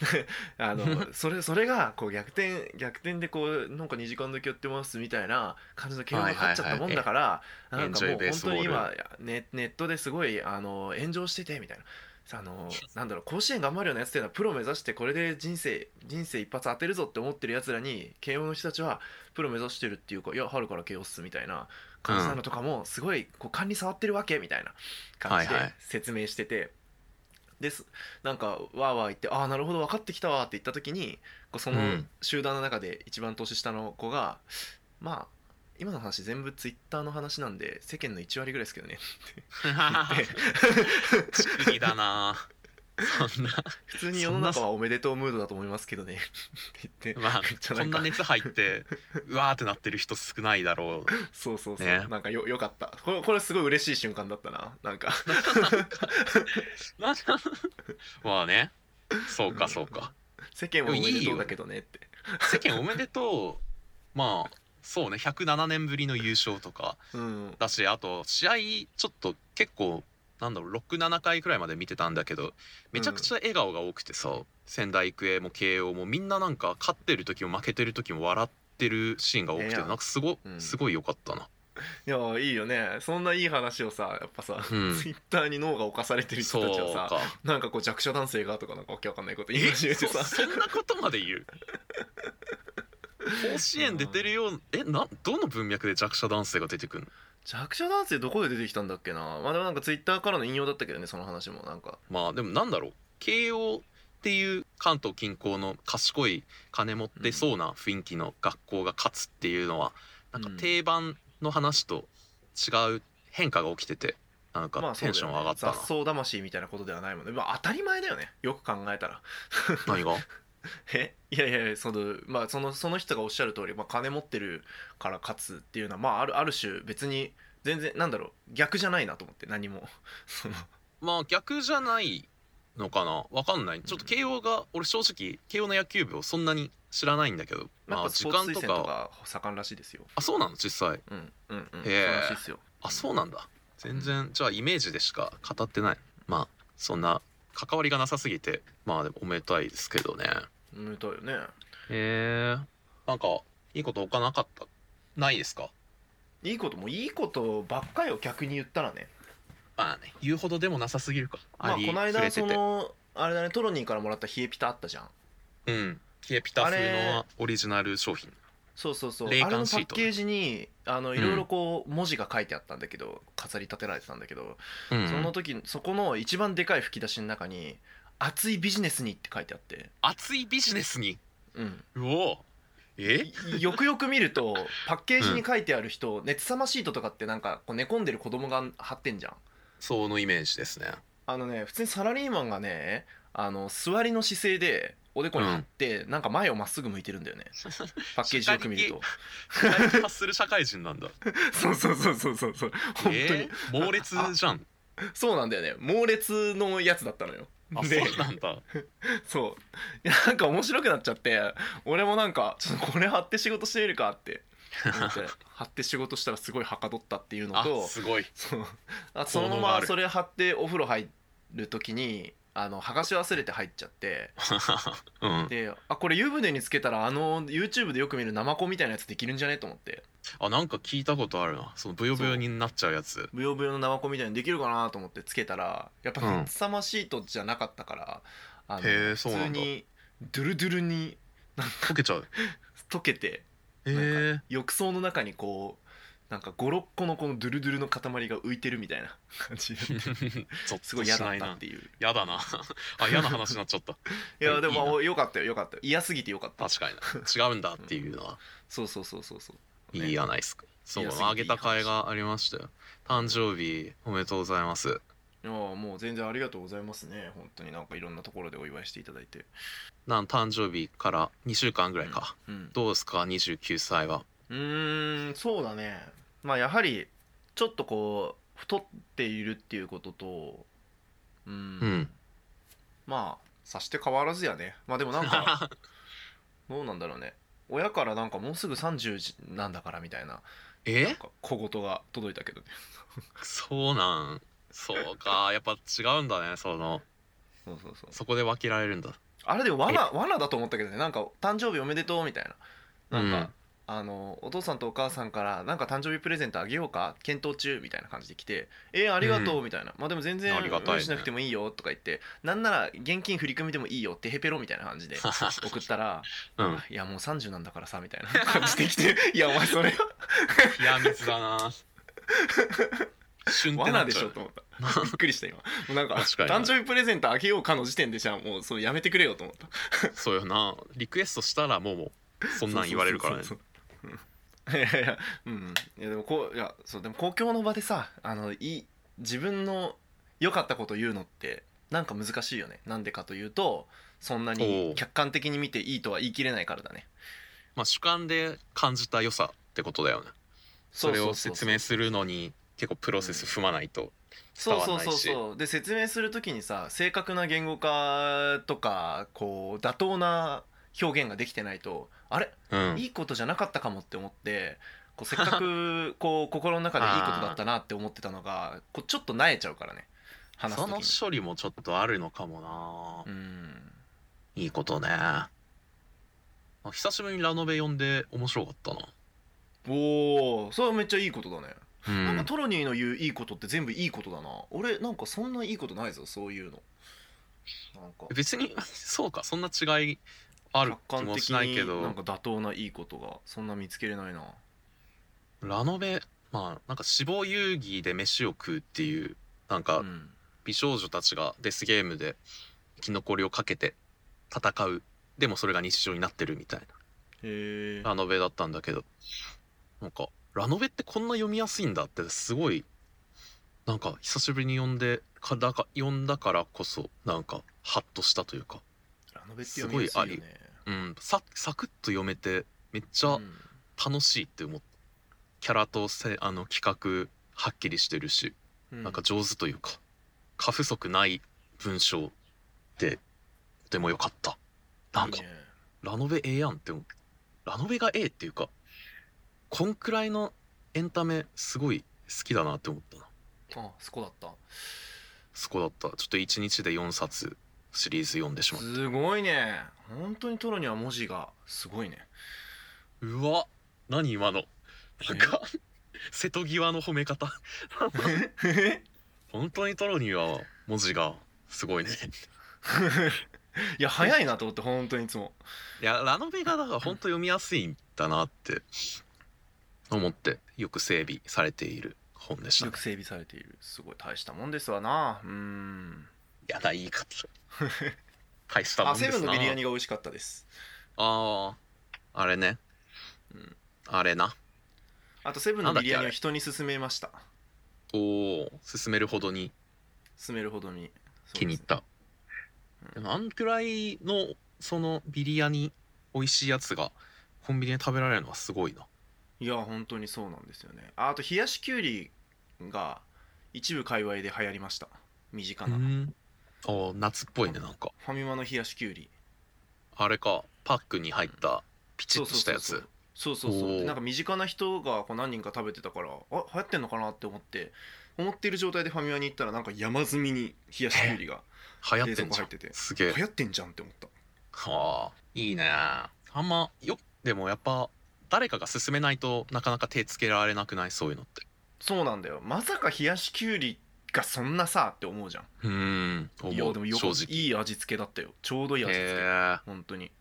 Speaker 2: *laughs* あのそれそれがこう逆転逆転でこうなんか2時間だけやってますみたいな感じの慶応が勝っちゃったもんだから
Speaker 1: はいはい
Speaker 2: なんかもう
Speaker 1: エンジョイベー
Speaker 2: 本
Speaker 1: ス
Speaker 2: 当
Speaker 1: ボール
Speaker 2: に今ネネットですごいあの炎上しててみたいな。さあのなんだろう甲子園頑張るようなやつっていうのはプロ目指してこれで人生人生一発当てるぞって思ってるやつらに慶応の人たちはプロ目指してるっていうかいや春から慶応っすみたいな感じなのとかもすごいこう勘に触ってるわけみたいな感じで
Speaker 1: はいはい
Speaker 2: 説明してて、ですなんかわーわー言って「ああなるほど分かってきたわ」って言った時にこうそうの
Speaker 1: ん
Speaker 2: 集団の中で一番年下の子が「まあ今の話全部ツイッターの話なんで世間の1割ぐらいですけどね」って
Speaker 1: ちくりだなそんな
Speaker 2: 普通に世の中はおめでとうムードだと思いますけどねって言って、
Speaker 1: まあ
Speaker 2: めっち
Speaker 1: こ
Speaker 2: ゃなんん
Speaker 1: な
Speaker 2: か
Speaker 1: 熱入ってうわーってなってる人少ないだ
Speaker 2: *laughs*
Speaker 1: ろう
Speaker 2: そうそうそう、
Speaker 1: ね
Speaker 2: なんかよよかったこれこれすごい嬉しい瞬間だったななんか *laughs*
Speaker 1: なんかまあねそうかそうか
Speaker 2: 世間はおめでとうだけどねって
Speaker 1: 世間おめでとうまあそうね107年ぶりの優勝とか
Speaker 2: うん
Speaker 1: だしあと試合ちょっと結構なんだろう67回くらいまで見てたんだけどめちゃくちゃ笑顔が多くてさ、仙台育英も慶応もみんななんか勝ってる時も負けてる時も笑ってるシーンが多く
Speaker 2: ええ
Speaker 1: て
Speaker 2: や
Speaker 1: なんんかすご,、
Speaker 2: うん
Speaker 1: すごい良かったな。
Speaker 2: いやいいよねそんないい話をさやっぱさ、
Speaker 1: うん
Speaker 2: ツイッターに脳が侵されてる人
Speaker 1: そう
Speaker 2: たちはさ
Speaker 1: か
Speaker 2: なんかこう弱者男性がとかなんかわけわかんないこと言い始めてさ
Speaker 1: そそんなことまで言
Speaker 2: *laughs*
Speaker 1: う甲子園出てるようえなどの文脈で弱者男性が出てくるの
Speaker 2: 弱者男性どこで出てきたんだっけなまあでもなんかツイッターからの引用だったけどねその話もなんか
Speaker 1: まあでもなんだろう慶応っていう関東近郊の賢い金持ってそうな雰囲気の学校が勝つっていうのは、
Speaker 2: うん
Speaker 1: なんか定番の話と違う変化が起きててなん
Speaker 2: ま
Speaker 1: か
Speaker 2: あそ
Speaker 1: テ
Speaker 2: う
Speaker 1: ン
Speaker 2: だ
Speaker 1: ショ
Speaker 2: よ
Speaker 1: ン
Speaker 2: ね
Speaker 1: 上がったな、
Speaker 2: 雑草魂みたいなことではないもんね、まあ、当たり前だよねよく考えたら *laughs*
Speaker 1: 何が *laughs*
Speaker 2: えいやいやいやその,、まあ、そのその人がおっしゃる通り、まあ、金持ってるから勝つっていうのは、まあ、あるある種別に全然なんだろう逆じゃないなと思って何もその
Speaker 1: まあ逆じゃないのかなわかんないちょっと
Speaker 2: うん
Speaker 1: 慶応が、俺正直慶応の野球部をそんなに知らないんだけど
Speaker 2: やっ
Speaker 1: まあ
Speaker 2: ぱス
Speaker 1: 時
Speaker 2: ポー
Speaker 1: 間
Speaker 2: ツ推
Speaker 1: とか
Speaker 2: 薦とか盛んらしいですよ
Speaker 1: あそうなの実際
Speaker 2: うんうんう
Speaker 1: へ
Speaker 2: んそう
Speaker 1: え
Speaker 2: らしいですよ
Speaker 1: あそうなんだ全然じゃあイメージでしか語ってないまあそんな関わりがなさすぎてまあでもおめでたいですけどね
Speaker 2: うんとよね
Speaker 1: へえなんかいいこと置かなかったないですか
Speaker 2: いいこともいいことばっかりを逆に言ったらね
Speaker 1: まあね言うほどでもなさすぎるか
Speaker 2: まあ
Speaker 1: り
Speaker 2: こ
Speaker 1: 触
Speaker 2: の間
Speaker 1: れて
Speaker 2: そ
Speaker 1: て
Speaker 2: のあれだねトロニーからもらった冷えピタあったじゃん
Speaker 1: うん冷えピタ風
Speaker 2: あ
Speaker 1: の
Speaker 2: れ
Speaker 1: オリジナル商品
Speaker 2: そうそうそうあ
Speaker 1: 冷
Speaker 2: れ
Speaker 1: 感
Speaker 2: のパ
Speaker 1: シー
Speaker 2: ッ
Speaker 1: ト
Speaker 2: ケージにあの
Speaker 1: ん
Speaker 2: いろいろこう文字が書いてあったんだけど飾り立てられてたんだけど
Speaker 1: うん
Speaker 2: その時そこの一番でかい吹き出しの中に「熱いビジネスに」って書いてあって
Speaker 1: 熱いビジネスに
Speaker 2: うん
Speaker 1: うおえ
Speaker 2: いよくよく見る
Speaker 1: *laughs*
Speaker 2: とパッケージに書いてある人熱さまシートとかってなんかこう寝込んでる子供が貼ってんじゃん
Speaker 1: そのイメージです
Speaker 2: *laughs*
Speaker 1: ね
Speaker 2: あのね普通にサラリーマンがねあの座りの姿勢でおでこに貼って、なんか前をまっすぐ向いてる
Speaker 1: *laughs*
Speaker 2: んだよねパッケージよく見ると
Speaker 1: 発する社会人なんだ
Speaker 2: そうそうそうそうそうそう *laughs* 本当に、
Speaker 1: えー、猛烈じ
Speaker 2: *laughs*
Speaker 1: ゃん
Speaker 2: そうなんだよね猛烈のやつだったのよ
Speaker 1: あそ
Speaker 2: で
Speaker 1: うなんだ
Speaker 2: *laughs* そういやなんか面白くなっちゃって俺もなんかちょっとこれ貼って仕事してみるかって思 *laughs* って貼って仕事したらすごいはかどったっていうの
Speaker 1: あ
Speaker 2: と
Speaker 1: すごい
Speaker 2: そうあ
Speaker 1: 効
Speaker 2: そ
Speaker 1: 能が
Speaker 2: の
Speaker 1: あ
Speaker 2: ま
Speaker 1: る
Speaker 2: まそれ貼ってお風呂入る時にあの剥がし忘れて入っちゃって
Speaker 1: うん、
Speaker 2: であこれ湯船につけたらあの YouTube でよく見るナマコみたいなやつできるんじゃねと思って
Speaker 1: あなんか聞いたことあるなそのブヨブヨになっちゃうやつ
Speaker 2: ブヨブヨのナマコみたいにできるかなと思ってつけたらやっ
Speaker 1: うん
Speaker 2: ぱ熱さまシートじゃなかったから、あの
Speaker 1: へえそうなんだ
Speaker 2: 普通にドゥルドゥルに
Speaker 1: 溶けちゃう
Speaker 2: 溶けて
Speaker 1: へえ
Speaker 2: な
Speaker 1: ー
Speaker 2: んか、浴槽の中にこうなんか56個のこのドゥルドゥルの塊が浮いてるみたいな *laughs*
Speaker 1: *laughs*
Speaker 2: 感じになって
Speaker 1: ゾッと
Speaker 2: すごい嫌
Speaker 1: し
Speaker 2: だ
Speaker 1: な
Speaker 2: っ
Speaker 1: い
Speaker 2: たっ
Speaker 1: な
Speaker 2: ていう
Speaker 1: やだなあ嫌な話になっちゃった
Speaker 2: いやで
Speaker 1: いいな
Speaker 2: もよかったよよかったよ嫌すぎてよかった
Speaker 1: 確かにな違うんだっていうのは
Speaker 2: そうそうそうそうそう
Speaker 1: いいやないですかそう
Speaker 2: いいや
Speaker 1: あげた甲斐がありましたよ誕生日おめでとうございます
Speaker 2: いやもう全然ありがとうございますね本当になんかいろんなところでお祝いしていただいて
Speaker 1: なん誕生日から2週間ぐらいか、
Speaker 2: うん
Speaker 1: どうですか29歳は
Speaker 2: うーんそうだねまあやはりちょっとこう太っているっていうこととうん
Speaker 1: うん
Speaker 2: まあさして変わらずやねまあでもなんか
Speaker 1: *laughs*
Speaker 2: どうなんだろうね親からなんかもうすぐ30なんだからみたいななん
Speaker 1: え
Speaker 2: か小言が届いたけどね
Speaker 1: そうなんそうかやっぱ違うんだねその
Speaker 2: そうそうそう
Speaker 1: そこで分けられるんだ
Speaker 2: あれでも罠罠だと思ったけどねなんか誕生日おめでとうみたいななんか、あのお父さんとお母さんからなんか誕生日プレゼントあげようか検討中みたいな感じで来てえー、ありがとうみたいな、まあでも全然
Speaker 1: ありがたいね
Speaker 2: 無理しなくてもいいよとか言ってなんなら現金振り込みでもいいよってヘペロみたいな
Speaker 1: *laughs*
Speaker 2: 感じで送ったら
Speaker 1: うん
Speaker 2: いやもう30なんだからさみたいな *laughs* 感じで来
Speaker 1: *laughs*
Speaker 2: ていやお前それ
Speaker 1: 冷や水だな旬ってな
Speaker 2: 罠
Speaker 1: っ
Speaker 2: で
Speaker 1: ちゃ
Speaker 2: し
Speaker 1: う
Speaker 2: ょと思
Speaker 1: *laughs*
Speaker 2: ったびっくりした今もうなんか
Speaker 1: 確かに
Speaker 2: 誕生日プレゼントあげようかの時点でじゃあもうそのやめてくれよと思った
Speaker 1: そうよなリクエストしたらもうもうそんなん言われるからね
Speaker 2: そうそうそうそううんいやいやうんいやでもこういやそうでも公共の場でさあのいい自分の良かったこと言うのってなんか難しいよねなんでかというとそんな
Speaker 1: お
Speaker 2: に
Speaker 1: う
Speaker 2: 客観的に見ていいとは言い切れないからだね
Speaker 1: まあ主観で感じた良さってことだよねそれを説明するのに結構プロセス踏まないと伝
Speaker 2: そう
Speaker 1: わん
Speaker 2: そう
Speaker 1: な
Speaker 2: そ
Speaker 1: いうし
Speaker 2: そうで説明するときにさ正確な言語化とかこう妥当な表現ができてないとあれ
Speaker 1: うん
Speaker 2: いいことじゃなかったかもって思って
Speaker 1: *laughs*
Speaker 2: こうせっかくこう心の中でいいことだったなって思ってたのがこうちょっとなえちゃうからね話す
Speaker 1: そ
Speaker 2: とき
Speaker 1: の
Speaker 2: に
Speaker 1: 処理もちょっとあるのかもな
Speaker 2: うん
Speaker 1: いいことねあ久しぶりにラノベ読んで面白かったな
Speaker 2: おおそれはめっちゃいいことだね、
Speaker 1: う
Speaker 2: なんか
Speaker 1: ん
Speaker 2: トロニーの言ういいことって全部いいことだな俺なんかそんないいことないぞそういうのなんか
Speaker 1: 別にそうかそんな違いある
Speaker 2: 客
Speaker 1: 気
Speaker 2: 観
Speaker 1: も
Speaker 2: 的
Speaker 1: しないけ
Speaker 2: にな
Speaker 1: ど
Speaker 2: んか妥当ないいことがそんな見つけれないな
Speaker 1: ラノベまあなんか死亡遊戯で飯を食うっていうなん
Speaker 2: う
Speaker 1: か
Speaker 2: ん
Speaker 1: 美少女たちがデスゲームで生き残りをかけて戦うでもそれが日常になってるみたい
Speaker 2: へえ
Speaker 1: なラノベだったんだけどなんかラノベってこんな読みやすいんだってすごいなんか久しぶりに読んでかだか読んだからこそなんかハッとしたというか、
Speaker 2: ラノベって読みやすいよね
Speaker 1: すうん、さサクッと読めてめっちゃ
Speaker 2: うん
Speaker 1: 楽しいって思ったキャラとせあの企画はっきりしてるし
Speaker 2: うん
Speaker 1: なんか上手というか過不足ない文章でとても良かったなんか
Speaker 2: いいね
Speaker 1: ラノベええやんって思うラノベがええっていうかこんくらいのエンタメすごい好きだなって思ったな
Speaker 2: あそこだった
Speaker 1: そこだったちょっと1日で4冊シリーズ読んでしまった
Speaker 2: すごいね本当に取るには文字がすごいね
Speaker 1: うわ何今のなんか *laughs* 瀬戸際の褒め方本当にトロニーは文字がすごいね
Speaker 2: *laughs* いや早いなと思って本当にいつも
Speaker 1: いやラノベがだから本当読みやすいんだなって思ってよく整備されている本でした
Speaker 2: よ
Speaker 1: ね
Speaker 2: く整備されているすごい大したもんですわなうーん
Speaker 1: やだ言
Speaker 2: *laughs*
Speaker 1: い方大したも
Speaker 2: あ
Speaker 1: んで
Speaker 2: セ
Speaker 1: す
Speaker 2: ブン
Speaker 1: な
Speaker 2: の
Speaker 1: あ
Speaker 2: ビリヤニが美味しかったです
Speaker 1: あーあれね、
Speaker 2: うん
Speaker 1: あれな
Speaker 2: あとセブンのビリヤニは人に勧めました
Speaker 1: おお進めるほどに
Speaker 2: 勧めるほどにそうです
Speaker 1: 気に入った
Speaker 2: う
Speaker 1: でもあんくらいのそのビリヤニ美味しいやつがコンビニで食べられるのはすごいない
Speaker 2: や本当にそうなんですよねああと冷やしきゅうりが一部界隈で流行りました身近
Speaker 1: う
Speaker 2: な、フ
Speaker 1: んあー夏っぽいねなんか
Speaker 2: ァミマの冷やしきゅうり
Speaker 1: あれかパックに入ったピチ
Speaker 2: そ
Speaker 1: ッ
Speaker 2: う
Speaker 1: と
Speaker 2: そう
Speaker 1: した
Speaker 2: そ
Speaker 1: や
Speaker 2: うそ
Speaker 1: つ
Speaker 2: うそうそうそう
Speaker 1: おー
Speaker 2: でなんか身近な人がこう何人か食べてたからあ流行ってんのかなって思って思っている状態でファミマに行ったらなんか山積みに冷やしきゅうりが
Speaker 1: 流行
Speaker 2: 冷
Speaker 1: って
Speaker 2: 蔵
Speaker 1: ん
Speaker 2: 庫
Speaker 1: じゃ
Speaker 2: 入っ
Speaker 1: ん
Speaker 2: てて
Speaker 1: すげえ
Speaker 2: 流行ってんじゃんって思った
Speaker 1: はあいいねあんまよでもやっぱ誰かが勧めないとなかなか手つけられなくないそういうのって
Speaker 2: そうなんだよまさか冷やしきゅうりがそんなさって思うじゃん
Speaker 1: うーん
Speaker 2: いや
Speaker 1: 思
Speaker 2: でも
Speaker 1: う
Speaker 2: よ
Speaker 1: 正直
Speaker 2: いい味付けだったよちょうどいい味付け、
Speaker 1: へえ
Speaker 2: 本当に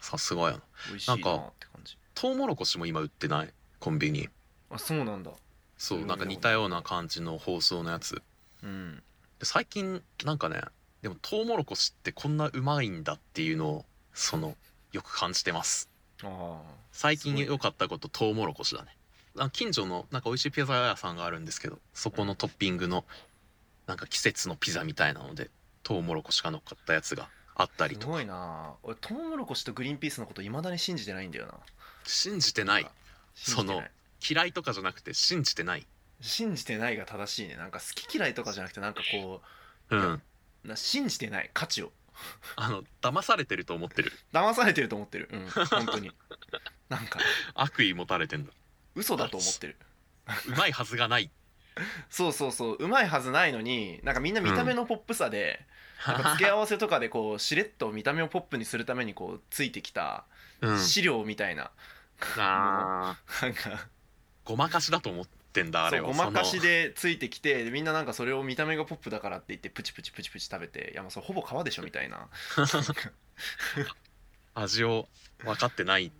Speaker 1: さすがやな
Speaker 2: 美味しいなって
Speaker 1: なん
Speaker 2: 感
Speaker 1: か
Speaker 2: じ
Speaker 1: トウモロコシも今売ってないコンビニ
Speaker 2: あそうなんだ
Speaker 1: そううんなんか似たような感じの包装のやつ
Speaker 2: うん
Speaker 1: で最近なんかねでもトウモロコシってこんなうまいんだっていうのをそのよく感じてます
Speaker 2: あ
Speaker 1: 最近良かったことトウモロコシだねあ近所のなんか美味しいピザ屋さんがあるんですけどそこのトッピングのなんか季節のピザみたいなのでトウモロコシが乗っかったやつがあった
Speaker 2: あ
Speaker 1: り
Speaker 2: す
Speaker 1: とか
Speaker 2: ごいな俺トウモロコシとグリーンピースのこといまだに信じてないんだよな
Speaker 1: 信じてない
Speaker 2: 信じてない
Speaker 1: 嫌いとかじゃなくて信じてない
Speaker 2: 信じてないが正しいねなんか好き嫌いとかじゃなくてなんかこ
Speaker 1: う
Speaker 2: い
Speaker 1: ん
Speaker 2: やうな信じてない価値を
Speaker 1: あの騙されてると思ってる
Speaker 2: 騙されてると思ってるうん本当になんか
Speaker 1: 悪意持たれてんだ
Speaker 2: 嘘だと思ってる
Speaker 1: うまいはずがない
Speaker 2: そうそうそううまいはずないのになんかみんな見た目のポップさで、なんか付け合わせとかでこうしれっと見た目をポップにするためにこうついてきた
Speaker 1: *laughs* うん
Speaker 2: 資料みたいな、
Speaker 1: あー
Speaker 2: なんか
Speaker 1: ごまかしだと思ってんだあ
Speaker 2: そ
Speaker 1: れ
Speaker 2: う
Speaker 1: は
Speaker 2: ごまか
Speaker 1: そ
Speaker 2: し
Speaker 1: の
Speaker 2: でついてきてでみんななんかそれを見た目がポップだからって言ってプチプチプチプチ食べていやもうそれほぼ皮でしょみたいな
Speaker 1: 味を分かってない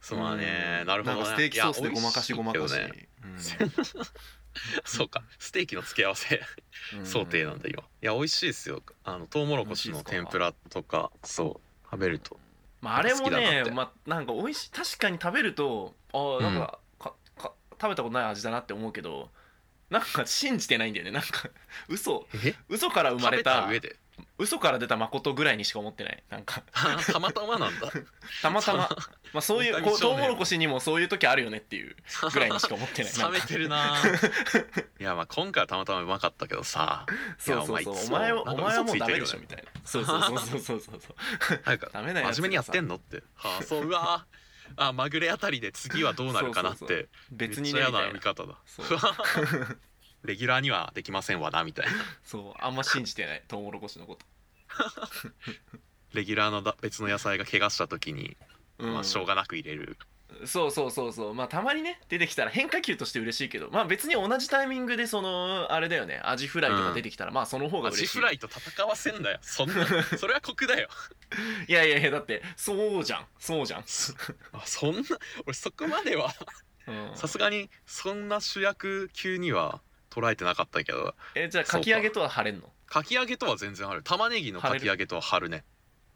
Speaker 1: そうだね
Speaker 2: ん
Speaker 1: なるほどね
Speaker 2: んかステーキソースで
Speaker 1: いや
Speaker 2: ごまかしごまかし
Speaker 1: 美味いけどね *laughs*
Speaker 2: う
Speaker 1: そうかステーキの付け合わせ
Speaker 2: ん
Speaker 1: 想定なんだ今いや美味しいですよあのトウモロコシの天ぷらとかそう食べると
Speaker 2: まあ、あれも
Speaker 1: 好きだなっ
Speaker 2: ね
Speaker 1: て
Speaker 2: まあなんか美味しい確かに食べるとああなんか,、かか食べたことない味だなって思うけどなんか信じてないんだよねなんか *laughs* 嘘
Speaker 1: え
Speaker 2: 嘘から生ま
Speaker 1: 食
Speaker 2: れ
Speaker 1: べ
Speaker 2: た
Speaker 1: た上で
Speaker 2: 嘘から出た誠ぐらいにしか思ってないなんか
Speaker 1: たまたまなん
Speaker 2: *laughs*
Speaker 1: だ
Speaker 2: たまたままあそういう
Speaker 1: 本
Speaker 2: こ
Speaker 1: 当に
Speaker 2: う
Speaker 1: そう
Speaker 2: ト
Speaker 1: ね
Speaker 2: ウモロコシにもそういう時あるよねっていうぐらいにしか思ってないなん
Speaker 1: *laughs* 冷
Speaker 2: か
Speaker 1: めてるないやまあ今回はたまたまうまかったけどさ
Speaker 2: そうそう
Speaker 1: いや
Speaker 2: そ
Speaker 1: お前
Speaker 2: う
Speaker 1: いつ
Speaker 2: お
Speaker 1: も
Speaker 2: 前は
Speaker 1: な
Speaker 2: お
Speaker 1: んか
Speaker 2: 前はも
Speaker 1: 嘘つ
Speaker 2: う
Speaker 1: いて
Speaker 2: ダ
Speaker 1: るよ
Speaker 2: メ
Speaker 1: ね
Speaker 2: でしょみたいなそうそうそうそう
Speaker 1: *laughs*
Speaker 2: そうそうそう
Speaker 1: なん
Speaker 2: *laughs*
Speaker 1: か
Speaker 2: ダメなやつ
Speaker 1: 真面目にやってんのってああそううわーあまぐれあたりで次はどうなるかなっ
Speaker 2: そうそうそ
Speaker 1: て
Speaker 2: 別に
Speaker 1: め
Speaker 2: ね
Speaker 1: っちゃ
Speaker 2: み
Speaker 1: 嫌な
Speaker 2: た
Speaker 1: い
Speaker 2: な
Speaker 1: 見方だ
Speaker 2: そう
Speaker 1: *laughs*
Speaker 2: *laughs*
Speaker 1: レギュラーにはできませんわなみたいな
Speaker 2: そうあんま信じてないトウモロコシのこと
Speaker 1: レギュラーのだ別の野菜が怪我した時に、
Speaker 2: うん
Speaker 1: まあしょうがなく入れる
Speaker 2: そうそうそうそうまあたまにね出てきたら変化球として嬉しいけどまあ別に同じタイミングでそのあれだよねアジフライとか出てきたら、まあその方が
Speaker 1: ア
Speaker 2: 嬉しい
Speaker 1: ジフライと戦わせん
Speaker 2: *laughs*
Speaker 1: なよそんなそれは酷だよ *laughs*
Speaker 2: いやいやいやだってそうじゃんそうじゃん、
Speaker 1: あそんな俺そこまでは
Speaker 2: うん
Speaker 1: さすがにそんな主役級には捉えてなかったけど
Speaker 2: えじゃあかき揚げとは晴れんの
Speaker 1: かき揚げとは全然ある玉ねぎのかき揚げとは春ね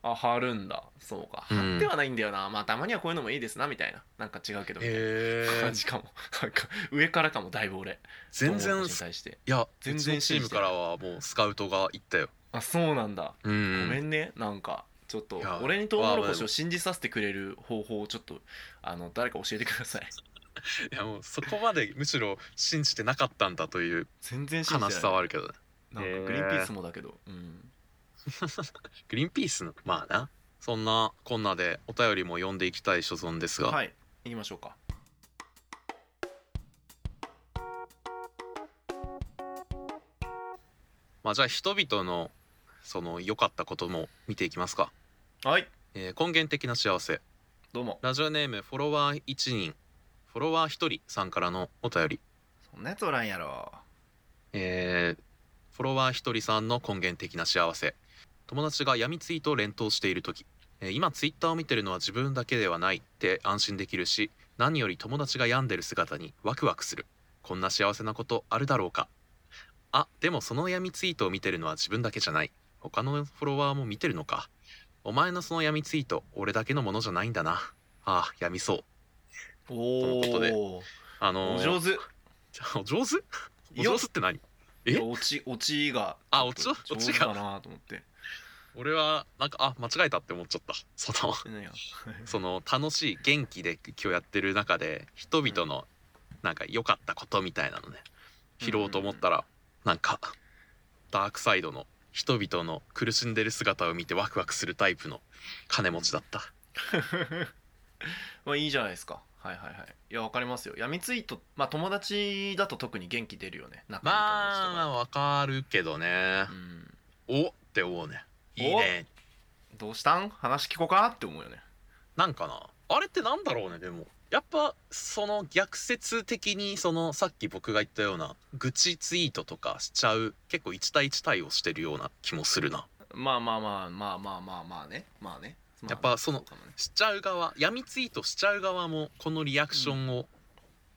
Speaker 2: あ貼るんだそうか
Speaker 1: うん
Speaker 2: 貼ってはないんだよな、まあたまにはこういうのもいいですなみたいななんか違うけどみたいな
Speaker 1: へ
Speaker 2: 感
Speaker 1: え
Speaker 2: じかもなんか上からかもだいぶ俺
Speaker 1: 全然
Speaker 2: 友達
Speaker 1: す
Speaker 2: に対して
Speaker 1: いや全
Speaker 2: 全然
Speaker 1: 然チームからはもうスカウトが行ったよ
Speaker 2: あそうなんだ、
Speaker 1: う
Speaker 2: ごめ
Speaker 1: ん
Speaker 2: んねなんかちょっと
Speaker 1: いや
Speaker 2: 俺にトウモロコシを信じさせてくれる方法をちょっとあの誰か教えてください
Speaker 1: いやもうそこまでむしろ信じてなかったんだという
Speaker 2: *laughs* 全然信じてな
Speaker 1: 悲
Speaker 2: い
Speaker 1: しさはあるけどね
Speaker 2: なんかグリーンピースもだけど、うん
Speaker 1: グリーンピースのまあなそんなこんなでお便りも読んでいきたい所存ですが、
Speaker 2: はい行きましょうか
Speaker 1: まあじゃあ人々のその良かったことも見ていきますか、
Speaker 2: はい
Speaker 1: えー根源的な幸せ
Speaker 2: どうも
Speaker 1: ラジオネームフォロワー1人フォロワー1人さんからのお便り
Speaker 2: そんなやつおらんやろ
Speaker 1: えーフォロワー一人さんの根源的な幸せ友達が闇ツイートを連投している時、えー今ツイッターを見てるのは自分だけではないって安心できるし何より友達が病んでる姿にワクワクするこんな幸せなことあるだろうかあでもその闇ツイートを見てるのは自分だけじゃない他のフォロワーも見てるのかお前のその闇ツイート俺だけのものじゃないんだなああ闇そう
Speaker 2: お
Speaker 1: とのことで
Speaker 2: お
Speaker 1: あの
Speaker 2: お
Speaker 1: ー
Speaker 2: 上手
Speaker 1: *laughs* お上手お上手って何え
Speaker 2: いや落ち落ちが
Speaker 1: あ落ち
Speaker 2: ょっと
Speaker 1: 落ち
Speaker 2: 上
Speaker 1: が
Speaker 2: 手だなと思って
Speaker 1: 俺はなんかあ間違えたって思っちゃったその
Speaker 2: なんや
Speaker 1: その楽しい元気で今日やってる中で人々のなんか良かったことみたいなのね拾おうと思ったらなんかダークサイドの人々の苦しんでる姿を見てワクワクするタイプの金持ちだった
Speaker 2: まあいいじゃないですかはいはいはいいやわかりますよ闇ツイートまあ友達だと特に元気出るよね仲いい
Speaker 1: まあ
Speaker 2: 友
Speaker 1: わかるけどね
Speaker 2: 達とかうん
Speaker 1: おって思うねいい
Speaker 2: お
Speaker 1: ね
Speaker 2: どうしたん話聞こうかって思うよね
Speaker 1: なんかなあれってなんだろうねでもやっぱその逆説的にそのさっき僕が言ったような愚痴ツイートとかしちゃう結構1対1対応してるような気もするな
Speaker 2: まあまあまあまあまあまあまあねまあねまあ
Speaker 1: やっぱその
Speaker 2: うかもね
Speaker 1: しちゃう側闇ツイートしちゃう側もこのリアクションを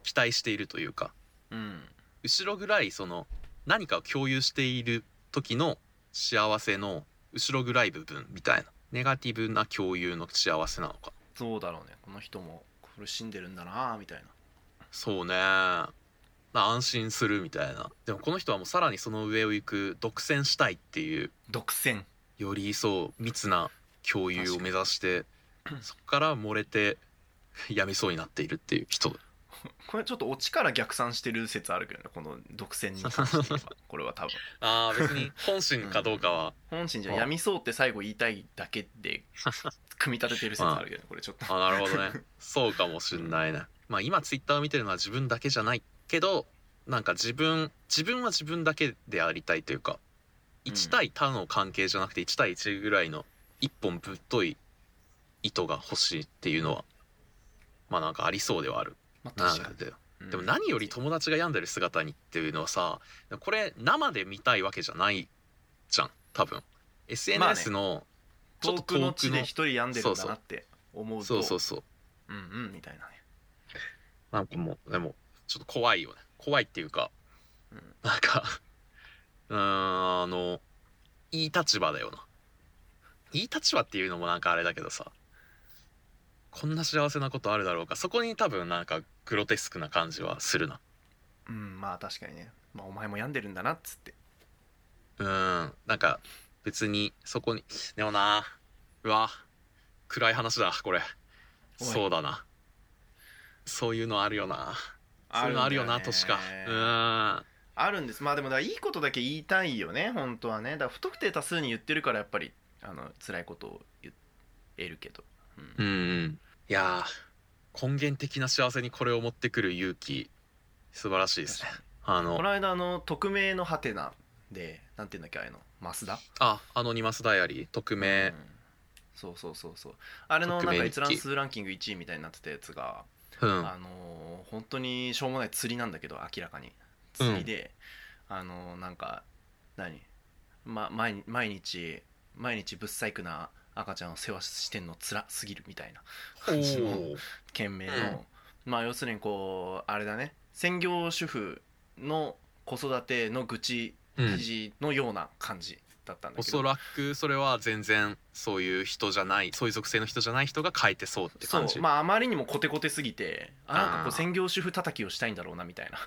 Speaker 1: 期待しているというか、
Speaker 2: うん
Speaker 1: 後ろぐらいその何かを共有している時の幸せの後ろぐらい部分みたいなネガティブな共有の幸せなのか
Speaker 2: そうだろうねこの人も苦しんでるんだなみたいな
Speaker 1: そうねな安心するみたいなでもこの人はもうさらにその上を行く独占したいっていう
Speaker 2: 独占
Speaker 1: よりそう密な共有を目指してそこから漏れてやめそうになっているっていう人
Speaker 2: これちょっとオチから逆算してる説あるけどねこの独占に関して
Speaker 1: *laughs*
Speaker 2: 言えばこれは多分
Speaker 1: あー別に本心かどうかは、
Speaker 2: 本心じゃやみそうって最後言いたいだけで
Speaker 1: *laughs*
Speaker 2: 組み立ててる説あるけどねこれちょっと
Speaker 1: あなるほどねそうかもしんないな、まあ今ツイッターを見てるのは自分だけじゃないけどなんか自分自分は自分だけでありたいというか
Speaker 2: うん
Speaker 1: 1対他の関係じゃなくて1対1ぐらいの1本ぶっとい糸が欲しいっていうのはまあなんかありそうではある
Speaker 2: まあ
Speaker 1: な
Speaker 2: 確か
Speaker 1: んで
Speaker 2: に
Speaker 1: でも何より友達が病んでる姿にっていうのはさこれ生で見たいわけじゃないじゃん多分 SNS のちょっ
Speaker 2: 遠
Speaker 1: と
Speaker 2: く
Speaker 1: 遠
Speaker 2: の
Speaker 1: く
Speaker 2: 地
Speaker 1: の
Speaker 2: で一人病んでるんだなって思うと
Speaker 1: そうそうそう
Speaker 2: うんうんみたいなね
Speaker 1: なんかもうでもちょっと怖いよね怖いっていうか、
Speaker 2: うん
Speaker 1: なんか *laughs* うーんあのいい立場だよないい立場っていうのもなんかあれだけどさこんな幸せなことあるだろうかそこに多分なんかグロテスクな感じはするな
Speaker 2: うんまあ確かにね、まあ、お前も病んでるんだなっつって
Speaker 1: うーんなんか別にそこにでもなうわ暗い話だこれ
Speaker 2: おい
Speaker 1: そうだなそういうのあるよなそういうのあるよなとしかう
Speaker 2: うん
Speaker 1: ーん
Speaker 2: あるんですまあでもだからいいことだけ言いたいよね本当はねだから不特定多数に言ってるからやっぱりあの辛いことを言えるけど、うん
Speaker 1: うんうんいやー根源的な幸せにこれを持ってくる勇気素晴らしいですねあ
Speaker 2: こ
Speaker 1: の
Speaker 2: の間あの匿名のハテナでなんて言うんだっけあれの増田
Speaker 1: あアノニマスダイアリー匿名
Speaker 2: うんそうそうそうそうあれの
Speaker 1: 匿
Speaker 2: なん
Speaker 1: 名
Speaker 2: か
Speaker 1: 日記
Speaker 2: 閲覧数ランキング1位みたいになってたやつが、
Speaker 1: うん
Speaker 2: あのー本当にしょうもない釣りなんだけど明らかに釣りで、あのーなんか何、ま、毎毎日毎日ぶっ細工な赤ちゃんを世話してんのつらすぎるみたいな
Speaker 1: お
Speaker 2: 感じの
Speaker 1: ー
Speaker 2: 件名の、
Speaker 1: うん
Speaker 2: まあ要するにこうあれだね専業主婦の子育ての愚痴
Speaker 1: うん
Speaker 2: 記事のような感じだったんだ
Speaker 1: お
Speaker 2: け
Speaker 1: そ
Speaker 2: ど
Speaker 1: らくそれは全然そういう人じゃないそういう属性の人じゃない人が書いてそうって感
Speaker 2: そ
Speaker 1: じ
Speaker 2: うまああまりにもコテコテすぎてあなんかこ
Speaker 1: あー
Speaker 2: う専業主婦叩きをしたいんだろうなみたい
Speaker 1: *laughs*
Speaker 2: な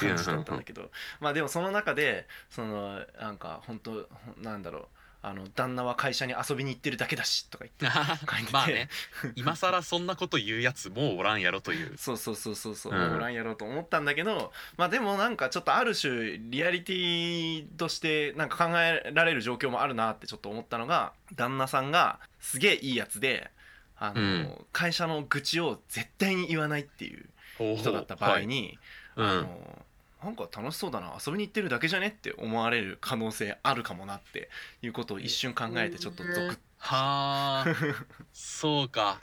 Speaker 2: 感じだったんだけどまあでもその中でそのなんか本当ほんなんだろうあの旦那は会社に遊びに行ってるだけだしとか言って書いてて
Speaker 1: まあね今更そんなこと言うやつもうおらんやろという
Speaker 2: そうそうそうそうそう、
Speaker 1: うん
Speaker 2: もうおらんやろうと思ったんだけどまあでもなんかちょっとある種リアリティとしてなんか考えられる状況もあるなってちょっと思ったのが旦那さんがすげえいいやつであの、
Speaker 1: うん
Speaker 2: 会社の愚痴を絶対に言わないっていう人だった場合に、
Speaker 1: ほうほう
Speaker 2: あ
Speaker 1: はいうん
Speaker 2: のなんか楽しそうだな遊びに行ってるだけじゃねって思われる可能性あるかもなっていうことを一瞬考えてちょっとゾクッ
Speaker 1: はあそうか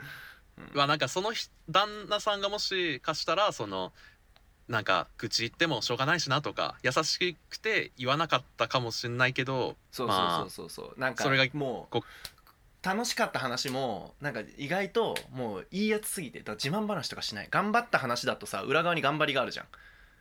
Speaker 2: うん
Speaker 1: まあなんかそのひ旦那さんがもしかしたらそのなんか口言ってもしょうがないしなとか優しくて言わなかったかもしんないけど
Speaker 2: そう
Speaker 1: ま
Speaker 2: そう
Speaker 1: あ
Speaker 2: そうそうそうなんか
Speaker 1: それが
Speaker 2: もう
Speaker 1: こ
Speaker 2: 楽しかった話もなんか意外ともういいやつすぎてだから自慢話とかしない頑張った話だとさ裏側に頑張りがあるじゃん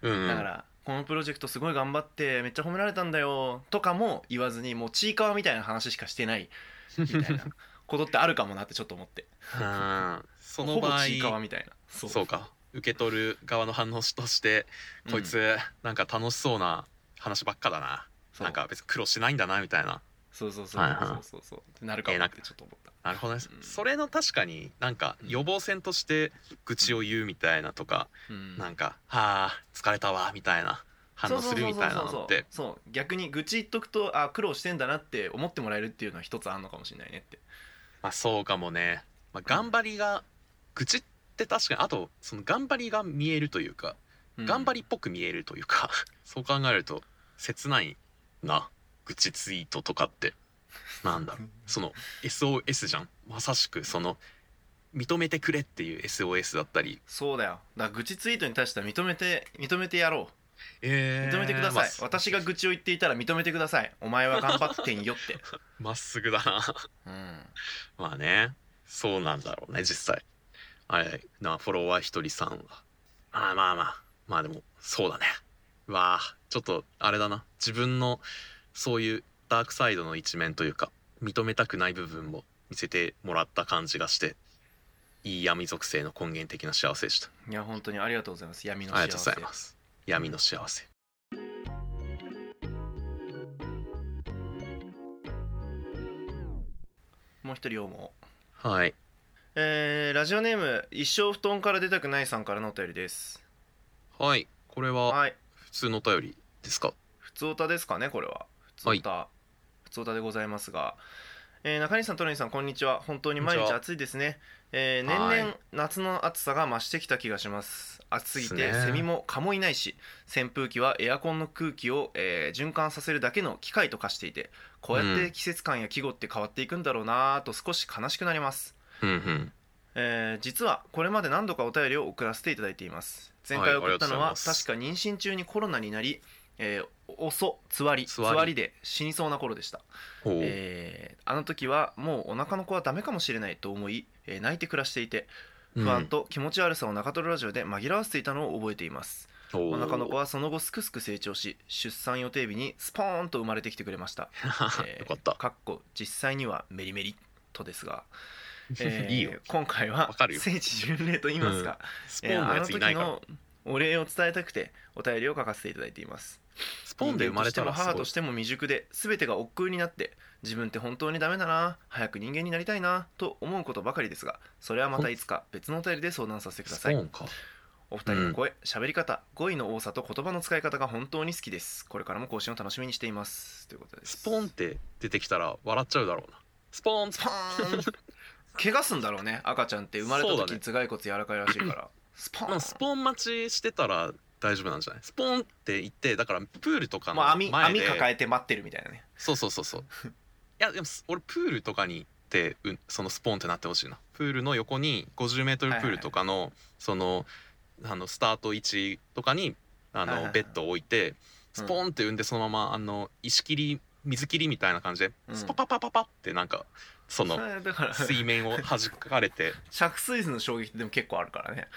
Speaker 1: うん
Speaker 2: だから、このプロジェクトすごい頑張ってめっちゃ褒められたんだよとかも言わずにもうちいかわみたいな話しかしてないみたいなことってあるかもなってちょっと思って
Speaker 1: うんその
Speaker 2: ほぼ
Speaker 1: 場合
Speaker 2: ちいかわみたいなそ
Speaker 1: そうか受け取る側の反応として
Speaker 2: うん
Speaker 1: こいつなんか楽しそうな話ばっかだな、
Speaker 2: そう
Speaker 1: なんか別に苦労しないんだなみたいな
Speaker 2: そうそうそう
Speaker 1: はい
Speaker 2: そう
Speaker 1: はい
Speaker 2: そうそうそうってなるかもなってちょっと思った
Speaker 1: なるほどね、
Speaker 2: うん
Speaker 1: それの確かになんか
Speaker 2: うん
Speaker 1: 予防線として愚痴を言うみたいなとか、
Speaker 2: うん
Speaker 1: なんか「はあ疲れたわ」みたいな反応するみたいなのって
Speaker 2: そうそうそうそうそう逆に愚痴言っとくとあ苦労してんだなって思ってもらえるっていうのは一つあんのかもしれないねって
Speaker 1: まあそうかもね、まあ、頑張りが愚痴って確かにあとその頑張りが見えるというか頑張
Speaker 2: り
Speaker 1: りっぽく見えるというか、 *laughs* そう考えると切ないな愚痴ツイートとかってなんだろうその SOS じゃんまさしくその認めてくれっていう SOS だったり、
Speaker 2: そうだよだから愚痴ツイートに対しては認めて認めてやろう
Speaker 1: えー
Speaker 2: 認めてください、
Speaker 1: まあす
Speaker 2: 私が愚痴を言っていたら認めてくださいお前は頑張ってんよって、
Speaker 1: まっすぐだな
Speaker 2: うん、
Speaker 1: まあねそうなんだろうね実際あれなフォロワー一人さんはまあまあまあまあでもそうだねうわあちょっとあれだな自分のそういうダークサイドの一面というか認めたくない部分も見せてもらった感じがしていい闇属性の根源的な幸せでした
Speaker 2: いや本当にありがとうございます闇の
Speaker 1: あ
Speaker 2: 幸
Speaker 1: りがとうご
Speaker 2: せ
Speaker 1: ざいます闇の幸せ
Speaker 2: もう一人をもう
Speaker 1: はい
Speaker 2: えーラジオネーム一生布団から出たくないさんからのお便りです
Speaker 1: はいこれは
Speaker 2: はい
Speaker 1: 普通のお便りですか
Speaker 2: 普通歌ですかねこれは普通歌、普通歌でございますが、えー中西さんトレインさんこんにちは本当に毎
Speaker 1: こんに
Speaker 2: 日
Speaker 1: ちは
Speaker 2: 暑いですね、えー
Speaker 1: はい
Speaker 2: 年々夏の暑さが増してきた気がします暑すぎて
Speaker 1: ですね
Speaker 2: セミも蚊もいないし扇風機はエアコンの空気を、えー循環させるだけの機械と化していてこうやっ
Speaker 1: う
Speaker 2: て
Speaker 1: ん
Speaker 2: 季節感や季語って変わっていくんだろうなぁと少し悲しくなります
Speaker 1: うんうん
Speaker 2: えー実はこれまで何度かお便りを送らせていただいています前回送ったの
Speaker 1: はいあ
Speaker 2: は
Speaker 1: りがとうございま
Speaker 2: 確
Speaker 1: す
Speaker 2: か妊娠中にコロナになり、えー、おそつわり
Speaker 1: つ
Speaker 2: つ
Speaker 1: わ
Speaker 2: わ
Speaker 1: り
Speaker 2: りで死にそうな頃でした、
Speaker 1: ほう、
Speaker 2: えーあの時はもうお腹の子はダメかもしれないと思い、えー泣いて暮らしていて
Speaker 1: うん
Speaker 2: 不安と気持ち悪さを中トロラジオで紛らわせていたのを覚えています、
Speaker 1: お
Speaker 2: お腹の子
Speaker 1: は
Speaker 2: はその後すくすく成長し出産予定日にスポーンと生まれてきてくれました、
Speaker 1: *laughs*
Speaker 2: えー
Speaker 1: よかった、
Speaker 2: かっこ実際にはメリメリとですがえ
Speaker 1: *laughs*
Speaker 2: ー
Speaker 1: いいよ
Speaker 2: 今回は
Speaker 1: わかるよ
Speaker 2: 聖地巡礼と言いますか、
Speaker 1: スポ
Speaker 2: えー
Speaker 1: ーンの
Speaker 2: あ
Speaker 1: や
Speaker 2: の
Speaker 1: つい
Speaker 2: 時
Speaker 1: ないから、
Speaker 2: のお礼を伝えたくてお便りを書かせていただいています
Speaker 1: スポーンで生まれたら
Speaker 2: 人間としても母と
Speaker 1: す
Speaker 2: しても未熟で全てが億劫になって自分って本当にダメだな早く人間になりたいなと思うことばかりですがそれはまたいつか別のお便りで相談させて
Speaker 1: ごい
Speaker 2: くだ
Speaker 1: ス
Speaker 2: さ
Speaker 1: ポ
Speaker 2: い
Speaker 1: ーンか
Speaker 2: お二人の声喋、り方語彙の多さと言葉の使い方が本当に好きですこれからも更新を楽しみにしていますということです
Speaker 1: スポーンって出てきたら笑っちゃうだろうなスポーンスポ
Speaker 2: パーン
Speaker 1: *laughs*
Speaker 2: 怪我すんだろうね赤ちゃんって生まれた
Speaker 1: そうだ
Speaker 2: 時
Speaker 1: ね
Speaker 2: 頭蓋骨柔らかいらしいからスポ
Speaker 1: ーンま
Speaker 2: ー
Speaker 1: あ
Speaker 2: ン
Speaker 1: スポーン待ちしてたら大丈夫なんじゃないスポーンって言ってだからプールとかの
Speaker 2: まあ網
Speaker 1: 前
Speaker 2: 網
Speaker 1: で、
Speaker 2: 抱えて待ってるみたいなね
Speaker 1: そうそうそうそう
Speaker 2: *laughs*
Speaker 1: いやでもす俺プールとかに行ってうんそのスポーンってなってほしいなプールの横に 50m プールとかの、そのあのスタート位置とかにあの、
Speaker 2: はいはいはい
Speaker 1: ベッドを置いてスポーンって産んでそのままあの石切り水切りみたいな感じで、
Speaker 2: うん
Speaker 1: スパパパパパってなんかその
Speaker 2: それだから
Speaker 1: 水面を弾かれ
Speaker 2: *laughs*
Speaker 1: て
Speaker 2: 着水図の衝撃ってでも結構あるからね、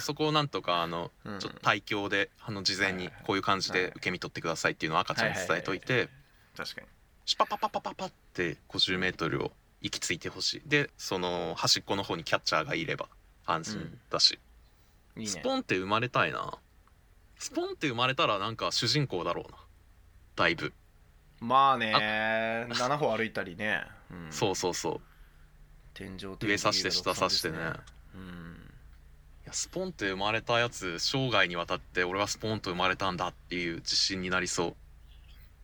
Speaker 1: そこをなんとかあの
Speaker 2: うん
Speaker 1: ちょっと対響であの事前にこういう感じで受け身取ってくださいっていうのを赤ちゃんに伝えといて
Speaker 2: 確かに
Speaker 1: シュパパパパパパって50メートルを行き着いてほしいでその端っこの方にキャッチャーがいれば安心だし、
Speaker 2: いい
Speaker 1: ス
Speaker 2: ね
Speaker 1: ポンって生まれたいなスポンって生まれたらなんか主人公だろうなだいぶ、
Speaker 2: まあね7歩歩いたりね、うん、
Speaker 1: そうそうそ
Speaker 2: 天井
Speaker 1: う上刺して下刺してね
Speaker 2: うん
Speaker 1: いやスポンって生まれたやつ生涯にわたって俺はスポンと生まれたんだっていう自信になりそう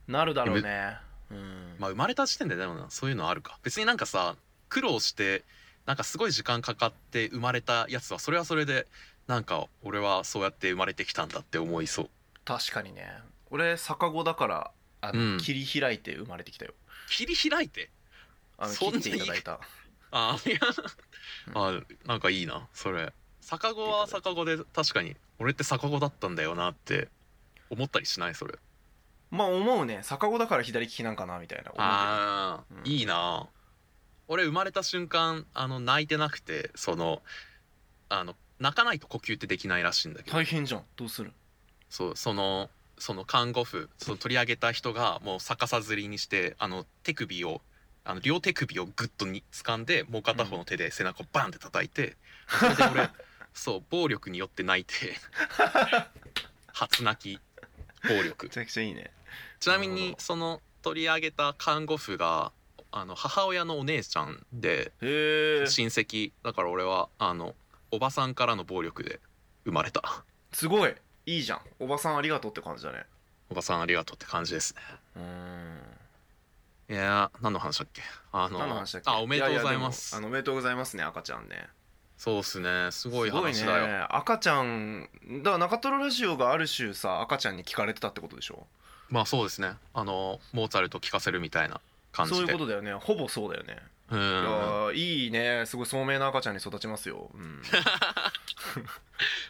Speaker 2: なるだろうねうん
Speaker 1: まあ生まれた時点ででもなそういうのあるか別になんかさ苦労してなんかすごい時間かかって生まれたやつはそれはそれでなんか俺はそうやって生まれてきたんだって思いそう
Speaker 2: 確かにね俺逆子だからあの、
Speaker 1: うん
Speaker 2: 切り開いて生まれてきたよ
Speaker 1: 切り開いて
Speaker 2: あの
Speaker 1: そんな
Speaker 2: 切っていただいた
Speaker 1: あいや
Speaker 2: うん
Speaker 1: あなんかいいなそれ逆子は逆子で確かに俺って逆子だったんだよなって思ったりしないそれ
Speaker 2: まあ思うね逆子だから左利きなんかなみたいな思うけど
Speaker 1: ああ、
Speaker 2: うん
Speaker 1: いいな俺生まれた瞬間あの泣いてなくてそのあの泣かないと呼吸ってできないらしいんだけど
Speaker 2: 大変じゃんどうする
Speaker 1: そうそのその看護婦その取り上げた人がもう逆さずりにしてあの手首をあの両手首をグッとに掴んでもう片方の手で背中をバンって叩いて、それで
Speaker 2: *laughs*
Speaker 1: 俺そう暴力によって泣いて *laughs* 初泣き暴力
Speaker 2: めちゃくちゃいいね
Speaker 1: ちなみ
Speaker 2: なる
Speaker 1: に
Speaker 2: ほど
Speaker 1: その取り上げた看護婦があの母親のお姉ちゃんで
Speaker 2: へえ
Speaker 1: 親戚だから俺はあのおばさんからの暴力で生まれた
Speaker 2: すごいいいじゃんおばさんありがとうって感じだね
Speaker 1: おばさんありがとうって感じですね
Speaker 2: うん
Speaker 1: いやー何の話だっけあの
Speaker 2: 何の話だっけ
Speaker 1: あおめでとうございます
Speaker 2: ややでもあのおめでとうございますね赤ちゃんね
Speaker 1: そうっすねすごい
Speaker 2: す
Speaker 1: 話だ
Speaker 2: ご
Speaker 1: よ、
Speaker 2: いね赤ちゃんだから中トロラジオがある種さ赤ちゃんに聞かれてたってことでしょ
Speaker 1: まあそうですねあのモーツァルト聞かせるみたいな感じで
Speaker 2: そういうことだよねほぼそうだよね
Speaker 1: うん
Speaker 2: いやーいいねすごい聡明な赤ちゃんに育ちますよ、うん
Speaker 1: *laughs*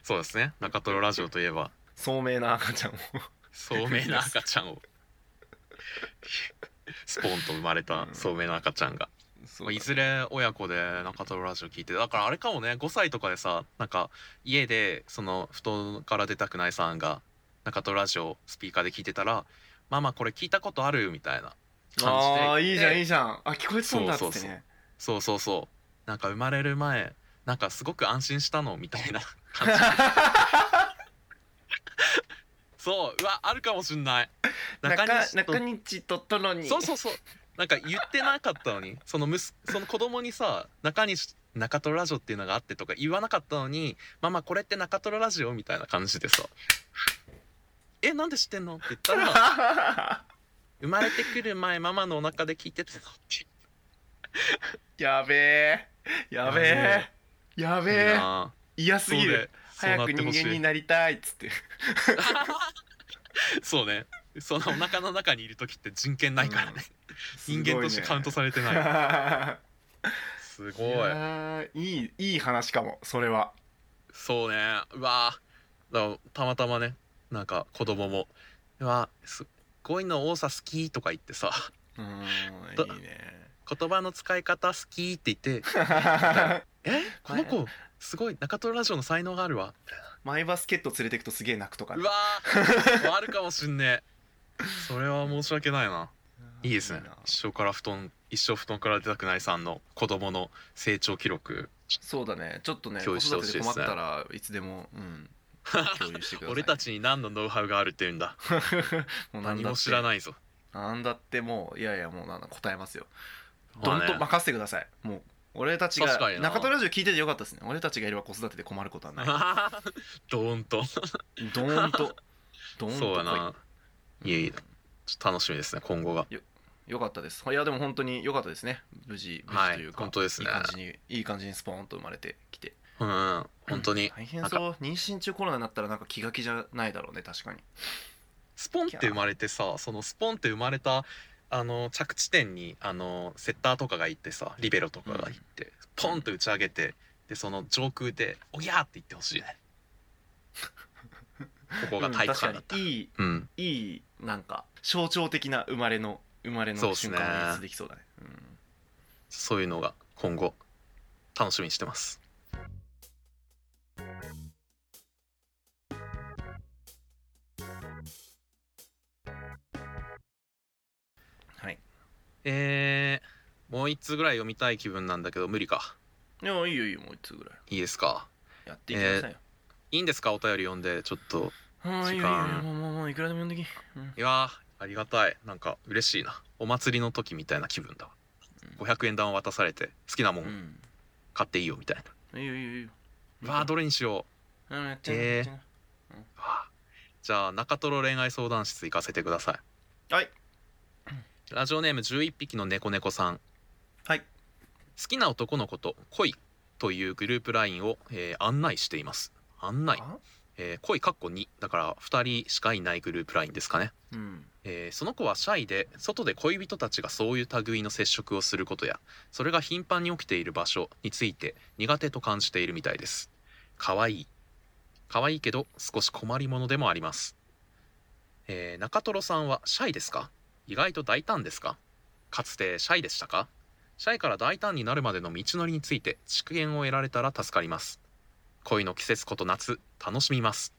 Speaker 1: そうですね中トロラジオといえば
Speaker 2: 聡明な赤ちゃんを
Speaker 1: 聡明な赤ちゃん
Speaker 2: *laughs*
Speaker 1: をスポンと生まれた聡明な赤ちゃんが、まあいずれ親子で中トロラジオ聞いてだからあれかもね5歳とかでさなんか家でその布団から出たくないさんが中トロラジオスピーカーで聞いてたら「ママこれ聞いたことある?」みたいな感じで
Speaker 2: ああーいいじゃんいい
Speaker 1: い
Speaker 2: じゃんあ聞こえてたんだっつ
Speaker 1: そ
Speaker 2: っ
Speaker 1: う
Speaker 2: て
Speaker 1: そうそうそうそ
Speaker 2: ね
Speaker 1: うそうなんか生まれる前なんかすごく安心したのみたいな *laughs* そううわあるかもしんない
Speaker 2: *laughs* 中
Speaker 1: 西と
Speaker 2: 中日ととろに
Speaker 1: そうそうそうなんか言ってなかったのにそのむすその子供にさ中西中トロラジオっていうのがあってとか言わなかったのに「ママこれって中トロラジオ?」みたいな感じでさ「えなんで知ってんの?」って言ったら「生まれてくる前ママのお腹で聞いてたの」って
Speaker 2: *laughs* やべえやべえやべ
Speaker 1: いい
Speaker 2: え
Speaker 1: なあ
Speaker 2: 嫌すぎる
Speaker 1: そうね
Speaker 2: 早く人間に
Speaker 1: な
Speaker 2: なりたい
Speaker 1: *laughs*
Speaker 2: っつって
Speaker 1: ってほしいそうねそのお腹の中にいる時って人権ないからね、人間としてカウント
Speaker 2: さ
Speaker 1: されてない
Speaker 2: *laughs*
Speaker 1: すごい
Speaker 2: いいいい話かもそれは
Speaker 1: そうねうわーだからたまたまねなんか子供も「うわすごいの多さ好き」とか言ってさ *laughs*
Speaker 2: うん
Speaker 1: だ
Speaker 2: いいね *laughs*
Speaker 1: 「言葉の使い方好き」って言って
Speaker 2: *laughs*
Speaker 1: 「えこの子すごい中トロラジオの才能があるわ」
Speaker 2: マイバスケット連れてくとすげえ泣くとか
Speaker 1: う
Speaker 2: ね
Speaker 1: わーあるかもしんねえそれは申し訳ないないいですね
Speaker 2: な
Speaker 1: 一生から布団一生布団から出たくないさんの子供の成長記録
Speaker 2: そうだねちょっとね
Speaker 1: 共
Speaker 2: 子
Speaker 1: 有してほし
Speaker 2: 育
Speaker 1: いでね
Speaker 2: てです困ったらいつでも、
Speaker 1: *laughs*
Speaker 2: うん、共有してください
Speaker 1: 俺たちに何のノウハウがあるっていうんだ
Speaker 2: *laughs* もう
Speaker 1: 何も知ら
Speaker 2: い
Speaker 1: ないぞ
Speaker 2: なんだってもういやいやもうなんだ答えますよ
Speaker 1: ま
Speaker 2: ど
Speaker 1: あ
Speaker 2: ん
Speaker 1: ね
Speaker 2: と任せてくださいもう俺たちが
Speaker 1: 確かにな
Speaker 2: 中田ラジオ聞いててよかったですね俺たちがいれば子育てで困ることはない
Speaker 1: *laughs* ドーンと
Speaker 2: ドー
Speaker 1: *laughs*
Speaker 2: ンとドーン
Speaker 1: そ
Speaker 2: と
Speaker 1: うや
Speaker 2: 来い
Speaker 1: な。いえいえ、ちょっと楽しみですね、今後が。
Speaker 2: よかったですいやでも本当に良かったですね無事無
Speaker 1: は
Speaker 2: 事
Speaker 1: い
Speaker 2: というか、
Speaker 1: 本当ですね
Speaker 2: いい感じにいい感じにスポーンと生まれてきて
Speaker 1: うん、本当に。
Speaker 2: 大変そう妊娠中コロナになったらなんか気が気じゃないだろうね確かに
Speaker 1: スポンって生まれてさ、そのスポンって生まれた、あの、着地点に、あの、セッターとかが行ってさ、リベロとかが行って、ポンと打ち上げて、で、その上空で、おぎゃーって言ってほしい *laughs* ね。ここが体育館だった。
Speaker 2: う
Speaker 1: うんん、
Speaker 2: 確かにいいいいなんか象徴的な生まれの生まれ
Speaker 1: そう
Speaker 2: の
Speaker 1: っす
Speaker 2: 瞬
Speaker 1: ね
Speaker 2: 間を演出できそうだね
Speaker 1: そういうのが今後、楽しみにしてます。
Speaker 2: うんはい
Speaker 1: えー、もう一通ぐらい読みたい気分なんだけど無理か
Speaker 2: いやいいよいいよもう一つぐらい
Speaker 1: いいですか
Speaker 2: やっていきなさいよ、
Speaker 1: いいんですかお便り読んでちょっと
Speaker 2: はーいい
Speaker 1: 時
Speaker 2: いよいいよ
Speaker 1: 間
Speaker 2: もうもうもういくらでも読んでき、うん
Speaker 1: いやーありがたいなんか嬉しいなお祭りの時みたいな気分だわ500円玉渡されて好きなも
Speaker 2: うんん
Speaker 1: 買っていいよみたいな、
Speaker 2: うん、いいよいいよいいよ
Speaker 1: わあどれにしよ
Speaker 2: うんやっちゃうな
Speaker 1: えー
Speaker 2: やっちゃ
Speaker 1: う
Speaker 2: う
Speaker 1: わあじゃあ中トロ恋愛相談室行かせてください
Speaker 2: はい
Speaker 1: ラジオネーム11匹の猫猫さん
Speaker 2: はい
Speaker 1: 好きな男の子と恋というグループラインを、えー案内しています案内、
Speaker 2: あ
Speaker 1: えー恋かっこ2だから2人しかいないグループラインですかね
Speaker 2: うん
Speaker 1: えーその子はシャイで外で恋人たちがそういう類の接触をすることやそれが頻繁に起きている場所について苦手と感じているみたいです可愛い可愛いけど少し困りものでもあります、えー中トロさんはシャイですか意外と大胆ですかかつてシャイでしたかシャイから大胆になるまでの道のりについて知見を得られたら助かります恋の季節こと夏楽しみます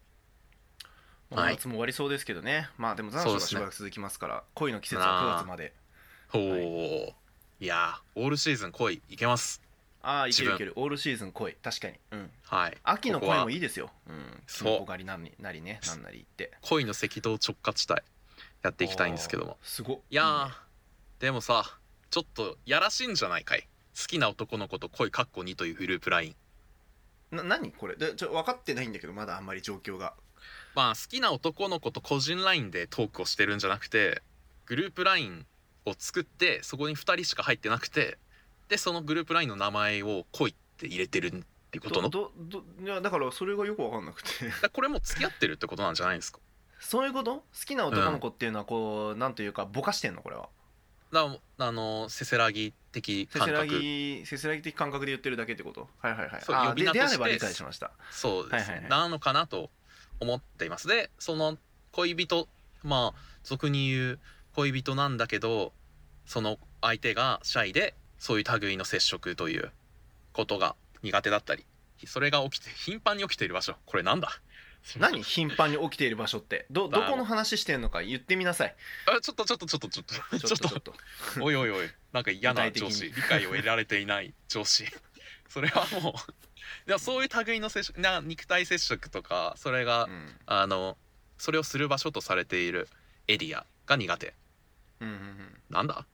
Speaker 2: もう
Speaker 1: はい
Speaker 2: 夏も終わりそうですけどね、まあでも残
Speaker 1: そうで
Speaker 2: 暑が
Speaker 1: す
Speaker 2: し
Speaker 1: ね
Speaker 2: ばらく続きますから恋の季節は9月まで
Speaker 1: おお、いやーオールシーズン恋いけます
Speaker 2: ああい
Speaker 1: 自
Speaker 2: ける
Speaker 1: 分
Speaker 2: いけるオールシーズン恋確かにうん
Speaker 1: はい、
Speaker 2: 秋の
Speaker 1: ここ
Speaker 2: 恋
Speaker 1: は
Speaker 2: もいいですようん
Speaker 1: そう
Speaker 2: キノコ狩りなりなりねなんなりって
Speaker 1: 恋の赤道直下地帯やっていきたいんですけども
Speaker 2: あーすごっ
Speaker 1: いやー
Speaker 2: いね
Speaker 1: でもさちょっとやらしいんじゃないかい好きな男の子と恋かっこ2というグループライン
Speaker 2: な何これでちょ分かってないんだけどまだあんまり状況が
Speaker 1: まあ好きな男の子と個人ラインでトークをしてるんじゃなくてグループラインを作ってそこに2人しか入ってなくてでそのグループラインの名前を恋って入れてるってことのだか
Speaker 2: どどどいやだからそれがよく分かんなくて *laughs*
Speaker 1: らこれもう付き合ってるってことなんじゃないんですか
Speaker 2: そういうこと好きな男の子っていうのはこう、なんというかぼかしてんのこれは
Speaker 1: だからあのせせらぎ的
Speaker 2: せせ
Speaker 1: 感
Speaker 2: ら
Speaker 1: 覚
Speaker 2: ぎせせらぎ的感覚で言ってるだけってことはいはいはい
Speaker 1: そう
Speaker 2: あー
Speaker 1: 呼び名
Speaker 2: で
Speaker 1: と
Speaker 2: であれば
Speaker 1: して
Speaker 2: 理解しました
Speaker 1: そうですね、
Speaker 2: はいはいはい
Speaker 1: なのかなと思っていますでその恋人まあ俗に言う恋人なんだけどその相手がシャイでそういう類の接触ということが苦手だったりそれが起きて頻繁に起きている場所これなんだ
Speaker 2: 何頻繁に起きている場所ってどどこの話してんのか言ってみなさい
Speaker 1: あちょっとちょっとちょっとちょっと *laughs* ちょっと
Speaker 2: ちょっと
Speaker 1: おいおいおいなんか嫌な
Speaker 2: 具体的
Speaker 1: 上
Speaker 2: に
Speaker 1: 司理解を得られていない上司それはもうでもそういう類の接触な肉体接触とかそれが
Speaker 2: うん
Speaker 1: あのそれをする場所とされているエリアが苦手
Speaker 2: うんうん
Speaker 1: なんだ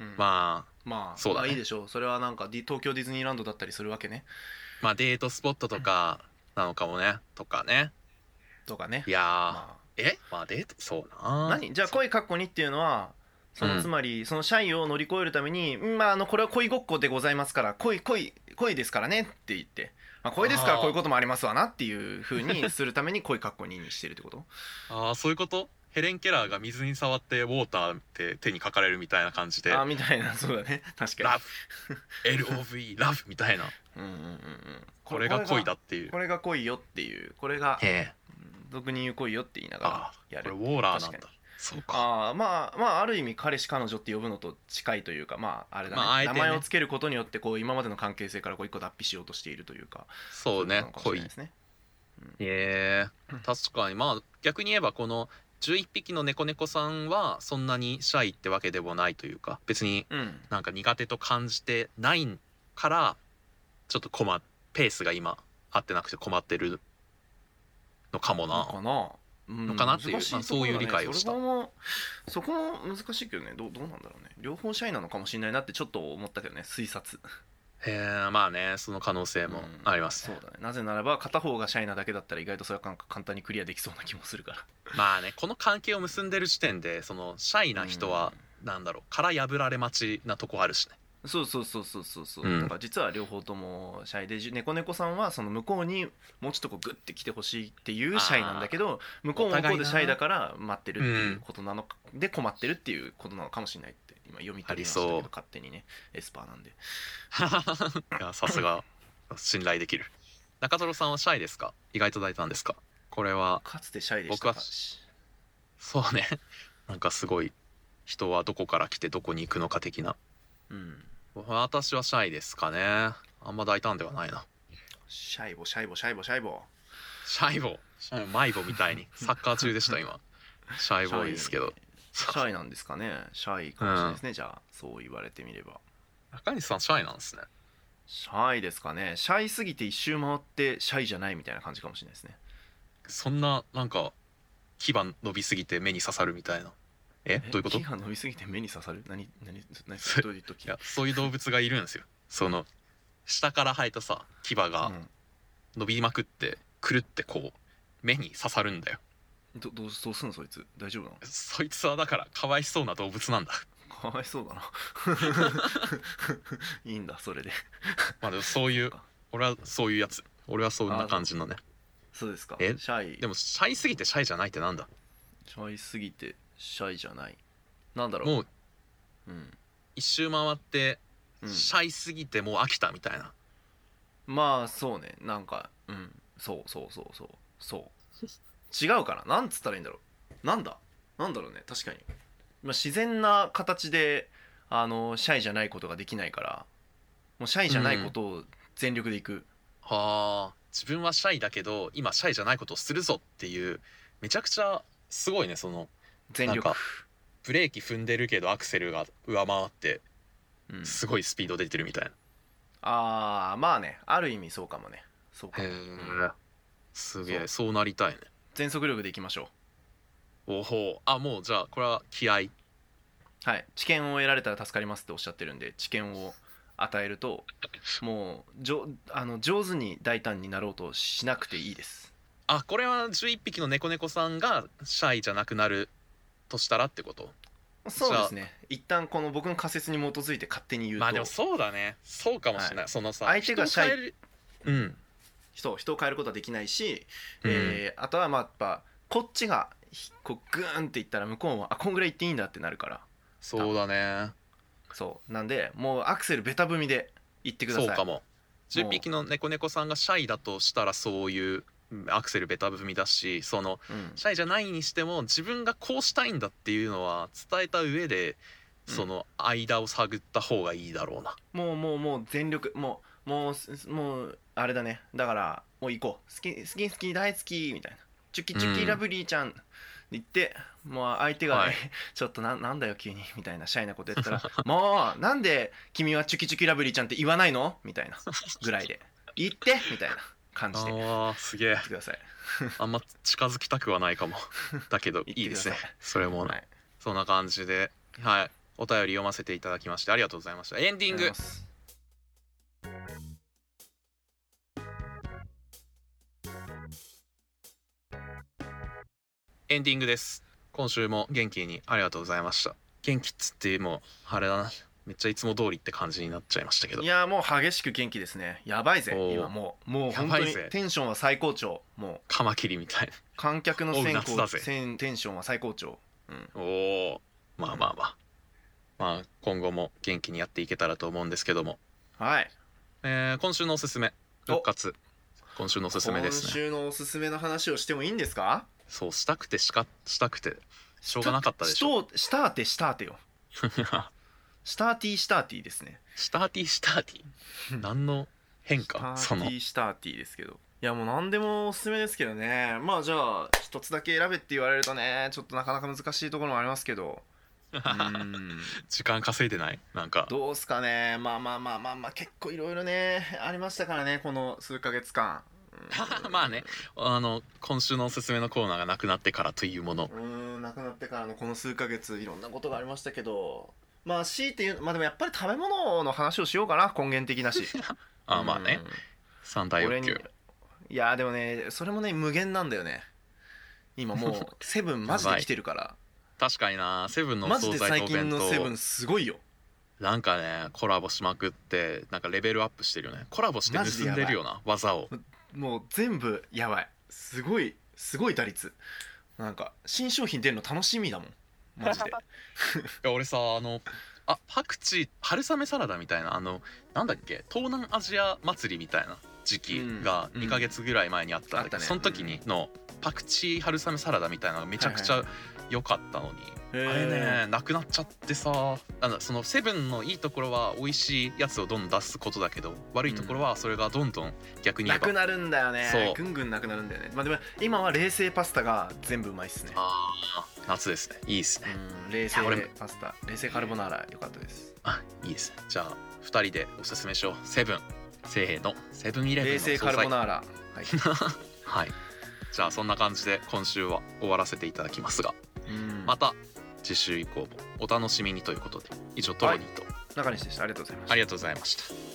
Speaker 2: うんうんまあ
Speaker 1: まあ
Speaker 2: まあ
Speaker 1: そうだね
Speaker 2: いいでしょうそれはなんかディ東京ディズニーランドだったりするわけね
Speaker 1: まあデートスポットとかなのかもねとかね
Speaker 2: とかね
Speaker 1: いやー、
Speaker 2: ま
Speaker 1: えまあデートそう
Speaker 2: あ
Speaker 1: な
Speaker 2: 何じゃあ恋かっこにっていうのはそのつまりそのシャイを乗り越えるために、うんまああのこれは恋ごっこでございますから恋恋恋ですからねって言って、まあ、恋ですからこういうこともありますわなっていうふうにするために恋かっこににしてるってこと
Speaker 1: あーそういうことヘレン・ケラーが水に触ってウォーターって手に書かれるみたいな感じで
Speaker 2: ああみたいなそうだね確か
Speaker 1: ラブ LOV ラブみたいな
Speaker 2: にうんうんうんうん
Speaker 1: これが恋だっていう
Speaker 2: これが恋よっていうこれが
Speaker 1: へえ
Speaker 2: 俗に言う恋よって言いな
Speaker 1: あ
Speaker 2: が
Speaker 1: ー
Speaker 2: らや
Speaker 1: これ
Speaker 2: る
Speaker 1: ウォーラーなんだ
Speaker 2: 確か
Speaker 1: そうか
Speaker 2: ああまあまあある意味彼氏彼女って呼ぶのと近いというかまああれだね,、
Speaker 1: まああえて
Speaker 2: 名
Speaker 1: ね
Speaker 2: 前をつけることによってこう今までの関係性からこう一個脱皮しようとしているというか
Speaker 1: そうね
Speaker 2: いことなのかも
Speaker 1: 恋
Speaker 2: しれないですね
Speaker 1: ええ確かにまあ逆に言えばこの11匹の猫猫さんはそんなにシャイってわけでもないというか別に
Speaker 2: うん
Speaker 1: なんか苦手と感じてないからちょっと困っペースが今合ってなくて困ってるのかも
Speaker 2: なの
Speaker 1: な
Speaker 2: かなうん
Speaker 1: のかなっていう
Speaker 2: 難し
Speaker 1: まあ
Speaker 2: ところだね
Speaker 1: そういう理解をした
Speaker 2: そこもそこも難しいけどねどうどうなんだろうね両方シャイなのかもしれないなってちょっと思ったけどね推察
Speaker 1: へえまあねその可能性もあります、
Speaker 2: そうだねなぜならば片方がシャイなだけだったら意外とそれはなんか簡単にクリアできそうな気もするから
Speaker 1: まあねこの関係を結んでる時点でそのシャイな人はなんだろう殻破られ待ちなとこあるしね
Speaker 2: そうそうそうそうそうそう、
Speaker 1: うん
Speaker 2: だから実は両方ともシャイでじゅ猫猫さんはその向こうにもうちょっとこうグッて来てほしいっていうシャイなんだけど向こうも向こうでシャイだから待ってるっていうことなのか、で困ってるっていうことなのかもしれないって今読み取りましたけ
Speaker 1: あり
Speaker 2: ど
Speaker 1: そう
Speaker 2: 勝手にねエスパーなんで
Speaker 1: *laughs* いやさすが信頼できる中トロさんはシャイですか意外と大胆ですかこれは
Speaker 2: かつてシャイでした
Speaker 1: 僕はそうね *laughs* なんかすごい人はどこから来てどこに行くのか的な
Speaker 2: うん、
Speaker 1: 私はシャイですかねあんま大胆ではないな
Speaker 2: シャイボシャイボシャイボシャイボ
Speaker 1: シャイボーシャイボー迷子みたいにサッカー中でした今シャイボーイですけど
Speaker 2: シャイなんですかねシャイかもしれないですね、じゃあそう言われてみれば
Speaker 1: 中西さんシャイなんですね
Speaker 2: シャイですかねシャイすぎて一周回ってシャイじゃないみたいな感じかもしれないですね
Speaker 1: そんななんか牙伸びすぎて目に刺さるみたいなえどういうこと
Speaker 2: 木
Speaker 1: い
Speaker 2: が伸びすぎて目に刺さる何何何
Speaker 1: それ
Speaker 2: どういう時
Speaker 1: やそういう動物がいるんですよその下から生えたさ牙
Speaker 2: う
Speaker 1: が
Speaker 2: ん
Speaker 1: 伸びまくってくるってこう目に刺さるんだよ
Speaker 2: どどうどうすんのそいつ大丈夫なの
Speaker 1: そいつはだからかわいそうな動物なんだ *laughs*
Speaker 2: かわいそうだな *laughs* いいんだそれで
Speaker 1: まあでもそういう俺はそういうやつ俺はそんな感じのね
Speaker 2: そうですかシ
Speaker 1: え
Speaker 2: ャイ
Speaker 1: でもシャイすぎてシャイじゃないってなんだ
Speaker 2: シャイすぎてシャイじゃないなんだろう
Speaker 1: もう
Speaker 2: うん
Speaker 1: 一周回って
Speaker 2: うん
Speaker 1: シャイすぎてもう飽きたみたいな、
Speaker 2: まあそうねなんかうんそうそうそうそうそう違うかななんつったらいいんだろうなんだなんだろうね確かに、まあ、自然な形であのシャイじゃないことができないからもうシャイじゃないことを全力でいく、
Speaker 1: はあ自分はシャイだけど今シャイじゃないことをするぞっていうめちゃくちゃすごいねその
Speaker 2: 全力
Speaker 1: なんかブレーキ踏んでるけどアクセルが上回って
Speaker 2: うん、
Speaker 1: すごいスピード出てるみたいな、
Speaker 2: ああまあねある意味そうかもねそうかもうん
Speaker 1: へえすげ
Speaker 2: そ
Speaker 1: え
Speaker 2: う
Speaker 1: そうなりたいね
Speaker 2: 全速力でいきましょ
Speaker 1: おほあもうじゃあこれは気合
Speaker 2: うはい知見を得られたら助かりますっておっしゃってるんで知見を与えるともうじょあの上手に大胆になろうとしなくていいです
Speaker 1: あこれは11匹の猫猫さんがシャイじゃなくなるとしたらってこと
Speaker 2: そうですね一旦この僕の仮説に基づいて勝手に言うと、
Speaker 1: まあでもそうだねそうかもしれない、そのさ
Speaker 2: 相手がシャイ
Speaker 1: 人を変えるうん、
Speaker 2: 人人を変えることはできないし、
Speaker 1: うん
Speaker 2: えーあとはまあやっぱこっちがひこうグーンっていったら向こうもあこんぐらいいっていいんだってなるから
Speaker 1: そうだね
Speaker 2: そうなんでもうアクセルベタ踏みで行ってくださ
Speaker 1: そ
Speaker 2: いう
Speaker 1: かも10匹の猫猫さんがシャイだとしたらそういううんアクセルベタ踏みだしその
Speaker 2: うん
Speaker 1: シャイじゃないにしても自分がこうしたいんだっていうのは伝えた上で
Speaker 2: うん
Speaker 1: その間を探った方がいいだろうな、
Speaker 2: もうもうもう全力もうもうすもうあれだねだからもう行こう好き好き好き大好きみたいなチュキチュ
Speaker 1: う
Speaker 2: キ
Speaker 1: ん
Speaker 2: ラブリーちゃんって言って、もう相手がね、
Speaker 1: はい
Speaker 2: *laughs* ちょっとななんだよ急にみたいなシャイなことやったら *laughs* もうなんで君はチュキチュキラブリーちゃんって言わないのみ
Speaker 1: *laughs*
Speaker 2: たいなぐらいで言ってみたいな感じで言っ
Speaker 1: ああすげえ
Speaker 2: てください
Speaker 1: あんま近づきたくはないかもだけど
Speaker 2: *laughs* 言ってください
Speaker 1: いいですねそれもね、
Speaker 2: はい
Speaker 1: そんな感じではいお便り読ませていただきましてありがとうございましたエンディン
Speaker 2: ありが
Speaker 1: グ
Speaker 2: とうございます
Speaker 1: エンディングです今週も元気にありがとうございました元気っつってもうあれだなめっちゃいつも通りって感じになっちゃいましたけど
Speaker 2: いやもう激しく元気ですねやばいぜ
Speaker 1: おー
Speaker 2: 今もうもう本当
Speaker 1: やばい
Speaker 2: に
Speaker 1: ぜ
Speaker 2: テンションは最高潮もう
Speaker 1: カマキリみたい
Speaker 2: 観客の
Speaker 1: おう
Speaker 2: 線
Speaker 1: 夏だぜ
Speaker 2: 線テンションは最高潮、うん、
Speaker 1: なおおまあまあまあまあ今後も元気にやっていけたらと思うんですけども、
Speaker 2: はい
Speaker 1: えー今週のおすすめ
Speaker 2: お
Speaker 1: 復活今週のおすすめです
Speaker 2: 今
Speaker 1: ね
Speaker 2: 週のおすすめの話をしてもいいんですか
Speaker 1: そうしたくてしかしたくてしょうがなかったでしょ
Speaker 2: ょしたてしたてよ
Speaker 1: *laughs*
Speaker 2: したてしたてですね
Speaker 1: スターティースターティー何の変化
Speaker 2: した
Speaker 1: その
Speaker 2: てしたてですけどいやもう何でもおすすめですけどねまあじゃあ一つだけ選べって言われるとねちょっとなかなか難しいところもあります
Speaker 1: *laughs*
Speaker 2: けどうーん
Speaker 1: 時間稼いでないなんか
Speaker 2: どうすかねまあまあまあまあまあ結構いろいろねありましたからねこの数ヶ月間
Speaker 1: *laughs* まあねあの今週のおすすめのコーナーがなくなってからというもの
Speaker 2: うーん亡くなってからのこの数ヶ月いろんなことがありましたけどまあ強いて言うまあでもやっぱり食べ物の話をしようかな根源的だし
Speaker 1: *laughs* あまあね三大
Speaker 2: うん俺
Speaker 1: 欲
Speaker 2: に
Speaker 1: 求
Speaker 2: いやでもねそれもね無限なんだよね今も
Speaker 1: *laughs*
Speaker 2: うセブンマジで来てるから
Speaker 1: 確かになセブンの
Speaker 2: マジ
Speaker 1: 惣
Speaker 2: で
Speaker 1: 菜
Speaker 2: 最
Speaker 1: とお弁
Speaker 2: 近のセブン
Speaker 1: 当
Speaker 2: すごいよ
Speaker 1: なんかねコラボしまくってなんかレベルアップしてるよねコラボして盗んでるよな技を
Speaker 2: もう全部やばいすごいすごい打率なんか新商品出るの楽しみだもんマジ
Speaker 1: *laughs*
Speaker 2: で
Speaker 1: いや俺さあのあパクチー春雨サラダみたいなあのなんだっけ東南アジア祭りみたいな時期が
Speaker 2: うん
Speaker 1: 2ヶ月ぐらい前にあったんだけど、
Speaker 2: あったね
Speaker 1: その時にのパクチー春雨サラダみたいなのがめちゃくちゃ良かったのに
Speaker 2: へー
Speaker 1: あれ *laughs* ねなくなっちゃってさあのそのセブンのいいところは美味しいやつをどんどん出すことだけど悪いところはそれがどんどん逆に言
Speaker 2: な
Speaker 1: えば、
Speaker 2: くなるんだよね
Speaker 1: そう
Speaker 2: ぐんぐんなくなるんだよねまあでも今は冷製パスタが全部うまいっすね
Speaker 1: ああ夏ですねいいですね
Speaker 2: うん冷製
Speaker 1: いや俺も
Speaker 2: パスタ冷製カルボナーラ良かったです
Speaker 1: あいいですねじゃあ2人でおすすめしようセブンせーのセブンイレブン
Speaker 2: 冷
Speaker 1: の
Speaker 2: 製
Speaker 1: 惣
Speaker 2: カルボ
Speaker 1: 菜
Speaker 2: ナーラはい
Speaker 1: はいじゃあそんな感じで今週は終わらせていただきますが
Speaker 2: *laughs* うん
Speaker 1: また次週以降もお楽しみにということで以上トロニーと、
Speaker 2: 中西でしたありがとうございました
Speaker 1: ありがとうございました